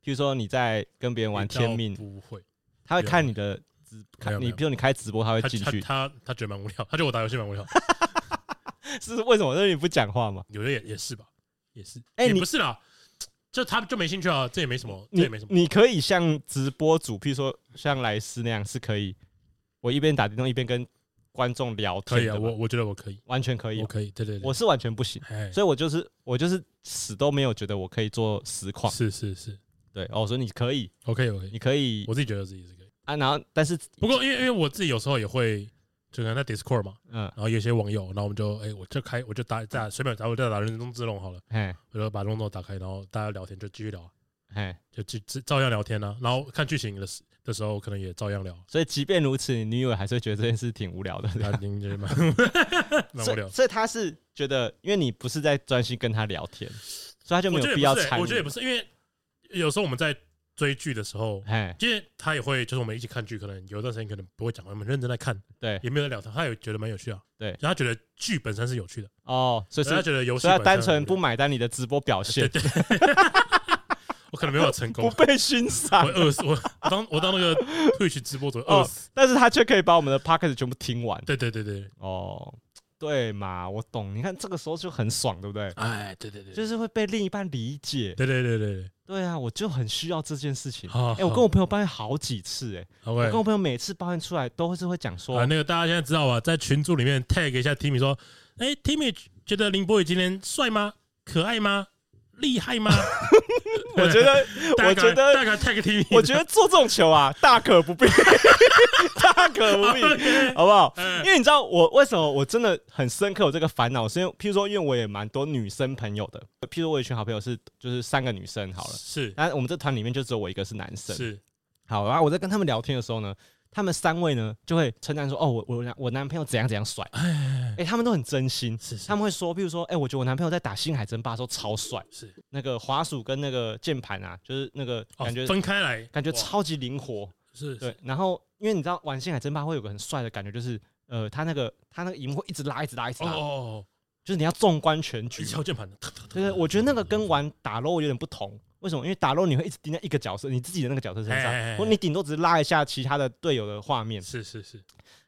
Speaker 2: 譬如说你在跟别人玩天命，
Speaker 1: 不会，
Speaker 2: 她会
Speaker 1: 没有
Speaker 2: 看你的直，
Speaker 1: 没有
Speaker 2: 看
Speaker 1: 没
Speaker 2: 你，
Speaker 1: 有
Speaker 2: 譬如你开直播，她会
Speaker 1: 他
Speaker 2: 进
Speaker 1: 他
Speaker 2: 去，
Speaker 1: 他他觉得蛮无聊，他觉得我打游戏蛮无聊，
Speaker 2: 是为什么？因为你不讲话嘛。
Speaker 1: 有的也也是吧，也是，
Speaker 2: 哎
Speaker 1: 也
Speaker 2: 你
Speaker 1: 不是啦，就他就没兴趣啊，这也没什么，这
Speaker 2: 你
Speaker 1: 也没什么，
Speaker 2: 你可以像直播主，譬如说像莱斯那样，是可以我一边打电动一边跟观众聊
Speaker 1: 可
Speaker 2: 天
Speaker 1: 以
Speaker 2: 的
Speaker 1: 啊，
Speaker 2: 吗，
Speaker 1: 我我觉得我可以，
Speaker 2: 完全可以
Speaker 1: 我
Speaker 2: 哦。
Speaker 1: 可以，对对对
Speaker 2: 我，是完全不行，
Speaker 1: 哎，
Speaker 2: 所以我就是我就是死都没有觉得我可以做实况。
Speaker 1: 是是是
Speaker 2: 对哦，我说你可以，
Speaker 1: ，OK OK，
Speaker 2: 你可以
Speaker 1: 我自己觉得自己是可以，
Speaker 2: 啊，然后但是
Speaker 1: 不过因为因为我自己有时候也会，就可能在 Discord 嘛，
Speaker 2: 嗯，
Speaker 1: 然后有些网友，然后我们就哎，我就开我就打打随便打我就打人中之龙好了，
Speaker 2: 嘿
Speaker 1: 我就把人中之龙打开，然后大家聊天就继续聊啊，
Speaker 2: 嘿，
Speaker 1: 就继照样聊天呢，然后看剧情的时的时候可能也照样聊。
Speaker 2: 所以即便如此，你女友还是会觉得这件事挺无聊的。
Speaker 1: 他听就是蛮 蛮无
Speaker 2: 所
Speaker 1: 聊
Speaker 2: 以，。所以他是觉得，因为你不是在专心跟他聊天，所以他就没
Speaker 1: 我觉
Speaker 2: 有
Speaker 1: 得
Speaker 2: 必
Speaker 1: 也
Speaker 2: 要
Speaker 1: 不是欸、
Speaker 2: 参与。
Speaker 1: 我觉得也不是，因为有时候我们在追剧的时候，
Speaker 2: 嘿，
Speaker 1: 因为他也会，就是我们一起看剧，可能有一段时间可能不会讲话，我们认真在看，
Speaker 2: 对
Speaker 1: 也没有在聊天，他也觉得蛮有趣啊。
Speaker 2: 对
Speaker 1: 就他觉得剧本身是有趣的，
Speaker 2: 哦，所以
Speaker 1: 所以他
Speaker 2: 是
Speaker 1: 觉得游戏
Speaker 2: 所以他
Speaker 1: 本身
Speaker 2: 单纯
Speaker 1: 很
Speaker 2: 不
Speaker 1: 无聊
Speaker 2: 买单你的直播表现
Speaker 1: 对对。我可能没办法成
Speaker 2: 不
Speaker 1: 功，
Speaker 2: 被欣
Speaker 1: 我
Speaker 2: 赏
Speaker 1: 会。饿死。我我当我当那个 Twitch 直播主会饿
Speaker 2: 哦
Speaker 1: 死。，
Speaker 2: 但是他却可以把我们的 p o c k e t 全部听完。
Speaker 1: 对对对对，
Speaker 2: 哦，对嘛，我懂。你看这个时候就很爽，对不对？
Speaker 1: 哎，对对对，
Speaker 2: 就是会被另一半理解。
Speaker 1: 对对对对
Speaker 2: 对啊，我就很需要这件事情
Speaker 1: 对，。好，
Speaker 2: 哎，我跟我朋友抱怨好几次，哎，
Speaker 1: 好
Speaker 2: 我跟我
Speaker 1: OK。
Speaker 2: 朋友每次抱怨出来都是会讲
Speaker 1: 啊，
Speaker 2: 说，
Speaker 1: 那个大家现在知道吧？在群组里面 tag 一下 Timmy 说，哎，Timmy 觉得林博宇今天帅吗？可爱吗？厉害 吗？
Speaker 2: 我觉得，
Speaker 1: 大
Speaker 2: 我
Speaker 1: 家
Speaker 2: 觉得
Speaker 1: 大家 tag Timmy，
Speaker 2: 我觉得做这种球啊，大可不必， 大可不必， 好不好？
Speaker 1: 哎
Speaker 2: 因为你知道我为什么我真的很深刻有这个烦恼，是因为譬如说，因为我也蛮多女生朋友的，譬如说我有一群好朋友是就是三个女生好了，
Speaker 1: 是
Speaker 2: 但我们这团里面就只有我一个是男生，
Speaker 1: 是
Speaker 2: 好，然后我在跟他们聊天的时候呢，他们三位呢就会称赞说：“哦，我我男我男朋友怎样怎样帅。”哎、他们都很真心，
Speaker 1: 是是
Speaker 2: 他们会说，譬如说，哎、我觉得我男朋友在打星海争霸的时候超帅，
Speaker 1: 是，
Speaker 2: 那个滑鼠跟那个键盘啊，就是那个
Speaker 1: 哦
Speaker 2: 感觉、
Speaker 1: 分开来，
Speaker 2: 感觉
Speaker 1: 哇
Speaker 2: 超级灵活。
Speaker 1: 是
Speaker 2: 对，然后因为你知道玩星海争霸会有个很帅的感觉，就是呃，他那个他那个荧幕会一直拉，一直拉，一直
Speaker 1: 哦
Speaker 2: 拉，
Speaker 1: 哦哦，
Speaker 2: 就是你要纵观全
Speaker 1: 一
Speaker 2: 局。
Speaker 1: 敲键盘的，
Speaker 2: 对对，我觉得那个跟玩打 LO 有点不同。为什么？因为打 LO 你会一直盯在一个角色，你自己的那个角色身
Speaker 1: 哎
Speaker 2: 上
Speaker 1: 哎哎哎，
Speaker 2: 或你顶多只是拉一下其他的队友的画面。
Speaker 1: 是是是，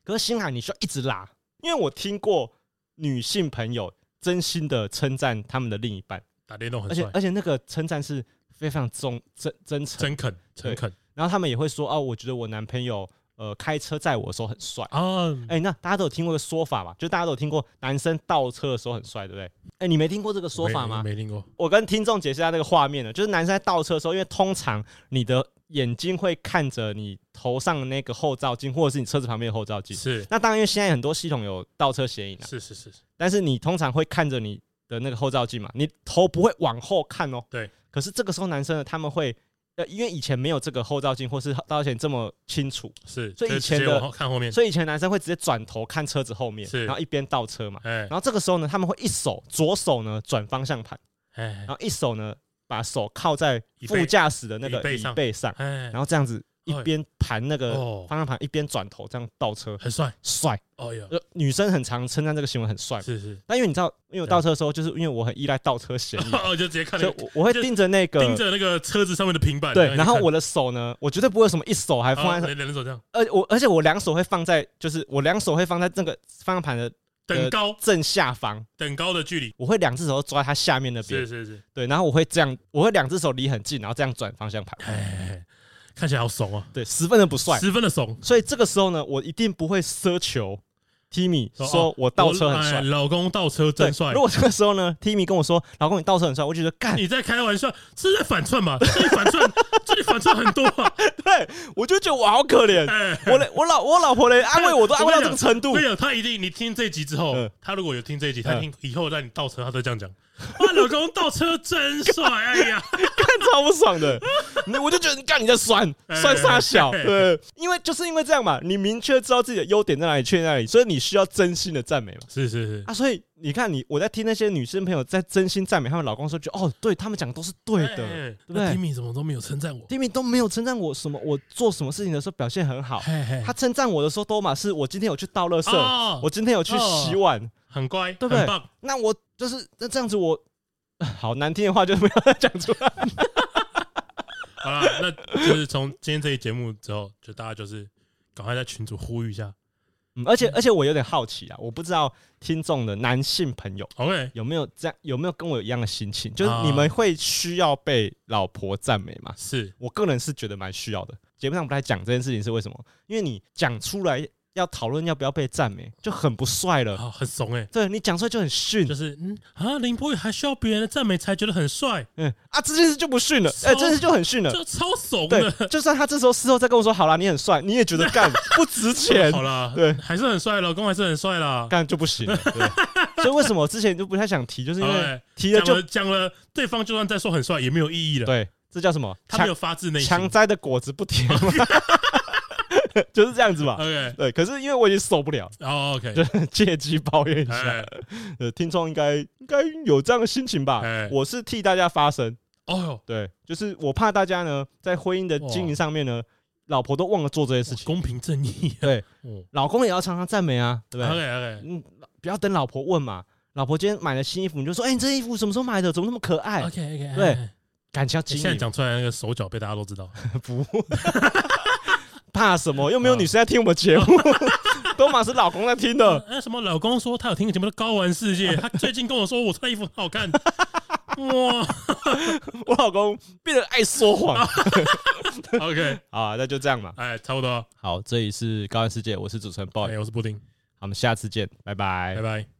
Speaker 2: 可是星海你需要一直拉，因为我听过女性朋友真心的称赞他们的另一半，
Speaker 1: 打电动
Speaker 2: 而
Speaker 1: 很
Speaker 2: 且
Speaker 1: 帅，
Speaker 2: 而且那个称赞是非常忠真真诚。
Speaker 1: 诚恳诚
Speaker 2: 对
Speaker 1: 恳
Speaker 2: 然后他们也会说：“哦，我觉得我男朋友呃开车载我的时候很帅。”
Speaker 1: 啊，
Speaker 2: 哎、那大家都有听过一个说法吧？就大家都有听过男生倒车的时候很帅，对不对？哎、你没听过这个说法
Speaker 1: 没
Speaker 2: 吗？
Speaker 1: 没听过，
Speaker 2: 我跟听众解释一下那个画面呢，就是男生在倒车的时候，因为通常你的眼睛会看着你头上的那个后照镜，或者是你车子旁边的后照镜。
Speaker 1: 是
Speaker 2: 那当然，因为现在很多系统有倒车显影啊，
Speaker 1: 是是是，是
Speaker 2: 但是你通常会看着你的那个后照镜嘛，你头不会往后看哦。
Speaker 1: 对。
Speaker 2: 可是这个时候，男生呢，他们会呃，因为以前没有这个后照镜或是倒车显这么清楚，
Speaker 1: 是，
Speaker 2: 所以
Speaker 1: 就直
Speaker 2: 以前
Speaker 1: 接
Speaker 2: 的
Speaker 1: 往后看后面，
Speaker 2: 所以以前男生会直接转头看车子后面，
Speaker 1: 是
Speaker 2: 然后一边倒车嘛。
Speaker 1: 哎
Speaker 2: 然后这个时候呢，他们会一手左手呢转方向盘，
Speaker 1: 哎
Speaker 2: 然后一手呢把手靠在
Speaker 1: 椅背
Speaker 2: 副驾驶的那个
Speaker 1: 椅背
Speaker 2: 椅
Speaker 1: 上
Speaker 2: 背上，
Speaker 1: 哎
Speaker 2: 然，后这样子一
Speaker 1: 哎
Speaker 2: 边盘那个
Speaker 1: 哦
Speaker 2: 方向盘，一边转头这样倒车，
Speaker 1: 很帅，
Speaker 2: 帅。
Speaker 1: 哦哟，
Speaker 2: 呃女生很常称赞这个行为很帅嘛，
Speaker 1: 是是，
Speaker 2: 但因为你知道，因为我倒车的时候，就是因为我很依赖倒车嫌 疑，
Speaker 1: 哦就直接看
Speaker 2: 所
Speaker 1: 那
Speaker 2: 以
Speaker 1: 个
Speaker 2: 我我会
Speaker 1: 就
Speaker 2: 盯着那个
Speaker 1: 盯着那个车子上面的平板，
Speaker 2: 对，
Speaker 1: 一直
Speaker 2: 然后
Speaker 1: 看
Speaker 2: 我的手呢，我绝对不会有什么一手还
Speaker 1: 啊
Speaker 2: 放在，
Speaker 1: 两两手这样
Speaker 2: 而我而且我两手会放在，就是我两手会放在这个方向盘的
Speaker 1: 等高
Speaker 2: 正下方，
Speaker 1: 等高的距离，
Speaker 2: 我会两只手都抓它下面那
Speaker 1: 是
Speaker 2: 边，
Speaker 1: 是是，
Speaker 2: 对，然后我会这样，我会两只手离很近，然后这样转方向盘，
Speaker 1: 哎，看起来好怂啊，
Speaker 2: 对，十分的不帅，
Speaker 1: 十分的怂。
Speaker 2: 所以这个时候呢，我一定不会奢求 Timmy
Speaker 1: 说哦
Speaker 2: 说我倒车很
Speaker 1: 哎
Speaker 2: 帅。
Speaker 1: 老公倒车
Speaker 2: 对
Speaker 1: 真帅，
Speaker 2: 如果这个时候呢，Timmy 跟我说：“老公，你倒车很帅。”我就觉得干，
Speaker 1: 你在开玩笑，是在反串吧？这里反串，这里反串很多啊！
Speaker 2: 对我就觉得我好可怜，
Speaker 1: 哎，
Speaker 2: 我连 我老我老婆连安慰我都安慰到这个程度
Speaker 1: 没。有他一定，你听这集之后
Speaker 2: 嗯，
Speaker 1: 他如果有听这一集，他听以后让你倒车，他都这样讲。啊，老公倒车真帅！哎呀，
Speaker 2: 看超不 爽的，那我就觉得你干你在酸
Speaker 1: 哎
Speaker 2: 酸傻小，
Speaker 1: 哎
Speaker 2: 对，因为就是因为这样嘛，你明确知道自己的优点在哪里，缺点在哪里，所以你需要真心的赞美嘛。
Speaker 1: 是是是，
Speaker 2: 啊，所以你看你，我在听那些女生朋友在真心赞美她们老公的时候，觉得哦，对他们讲的都是对的。
Speaker 1: 哎
Speaker 2: 不对
Speaker 1: 那 Timmy 怎么都没有称赞我？
Speaker 2: 弟妹都没有称赞我什么，我做什么事情的时候表现很好。
Speaker 1: 嘿嘿
Speaker 2: 他称赞我的时候都嘛是我今天有去倒垃圾，
Speaker 1: 哦
Speaker 2: 我今天有去洗碗，
Speaker 1: 很乖，
Speaker 2: 对不对
Speaker 1: 很棒，
Speaker 2: 那我就是那这样子我， 好难听的话就不要再讲出来。
Speaker 1: 好啦，那就是从今天这一节目之后，就大家就是赶快在群组呼吁一下。
Speaker 2: 嗯而且而且我有点好奇啊，我不知道听众的男性朋友
Speaker 1: OK，
Speaker 2: 有没有这样，有没有跟我有一样的心情，就是
Speaker 1: 啊
Speaker 2: 你们会需要被老婆赞美吗？
Speaker 1: 是
Speaker 2: 我个人是觉得蛮需要的。节目上不太讲这件事情是为什么？因为你讲出来要讨论要不要被赞美，就很不帅了。
Speaker 1: 啊，很怂哎，
Speaker 2: 对你讲出来就很逊
Speaker 1: 就，是嗯啊，林波宇还需要别人的赞美才觉得很帅，
Speaker 2: 嗯啊，这件事就不逊了，哎、
Speaker 1: 超
Speaker 2: 这件事就很逊了。
Speaker 1: 这超怂的。
Speaker 2: 对，就算他这时候事后再跟我说好啦，你很帅，你也觉得 干不值钱，
Speaker 1: 好啦，
Speaker 2: 对
Speaker 1: 还是很帅，老公还是很帅啦。
Speaker 2: 干就不行了。对，所以为什么我之前就不太想提，就是因
Speaker 1: 好
Speaker 2: 为
Speaker 1: 哎
Speaker 2: 提了
Speaker 1: 讲
Speaker 2: 就
Speaker 1: 了讲了，对方就算再说很帅也没有意义了，
Speaker 2: 对，这叫什么？
Speaker 1: 他没有
Speaker 2: 强
Speaker 1: 发自内心
Speaker 2: 强。摘的果子不甜 嘛，就是这样子嘛。
Speaker 1: OK，
Speaker 2: 对，可是因为我已经受不了 了，
Speaker 1: 哦 OK，
Speaker 2: 就借机抱怨一
Speaker 1: 哎
Speaker 2: 下。呃，听众应该应该有这样的心情吧
Speaker 1: 哎？
Speaker 2: 我是替大家发声，
Speaker 1: 哦哟，
Speaker 2: 对，就是我怕大家呢在婚姻的经营上面呢，老婆都忘了做这些事
Speaker 1: 哇
Speaker 2: 情。
Speaker 1: 公平正义。
Speaker 2: 对，
Speaker 1: 嗯
Speaker 2: 老公也要常常赞美啊，对不对？
Speaker 1: ，OK OK，
Speaker 2: 嗯，不要等老婆问嘛。老婆今天买了新衣服，你就说：“哎、你这衣服什么时候买的？怎么那么可爱
Speaker 1: OK OK，
Speaker 2: 对感情要
Speaker 1: 你哦
Speaker 2: 经
Speaker 1: 哎现在
Speaker 2: 营，
Speaker 1: 讲出来那个手脚被大家都知道，
Speaker 2: 不怕什么？又
Speaker 1: 哦
Speaker 2: 没有女生在听我们 节目，都满是老公在听的。
Speaker 1: 那、哦哎什么老公说他有听个节目叫《高玩世界》，他最近跟我说我穿的衣服很好看，哇
Speaker 2: 我老公变得爱说谎
Speaker 1: ，OK，
Speaker 2: 好啊，那就这样嘛。
Speaker 1: 哎，差不多，哎
Speaker 2: 好，这里是高玩世界，我是主持人哎 boy，
Speaker 1: 哎，我是布丁，
Speaker 2: 我们下次见，拜拜
Speaker 1: 拜。拜。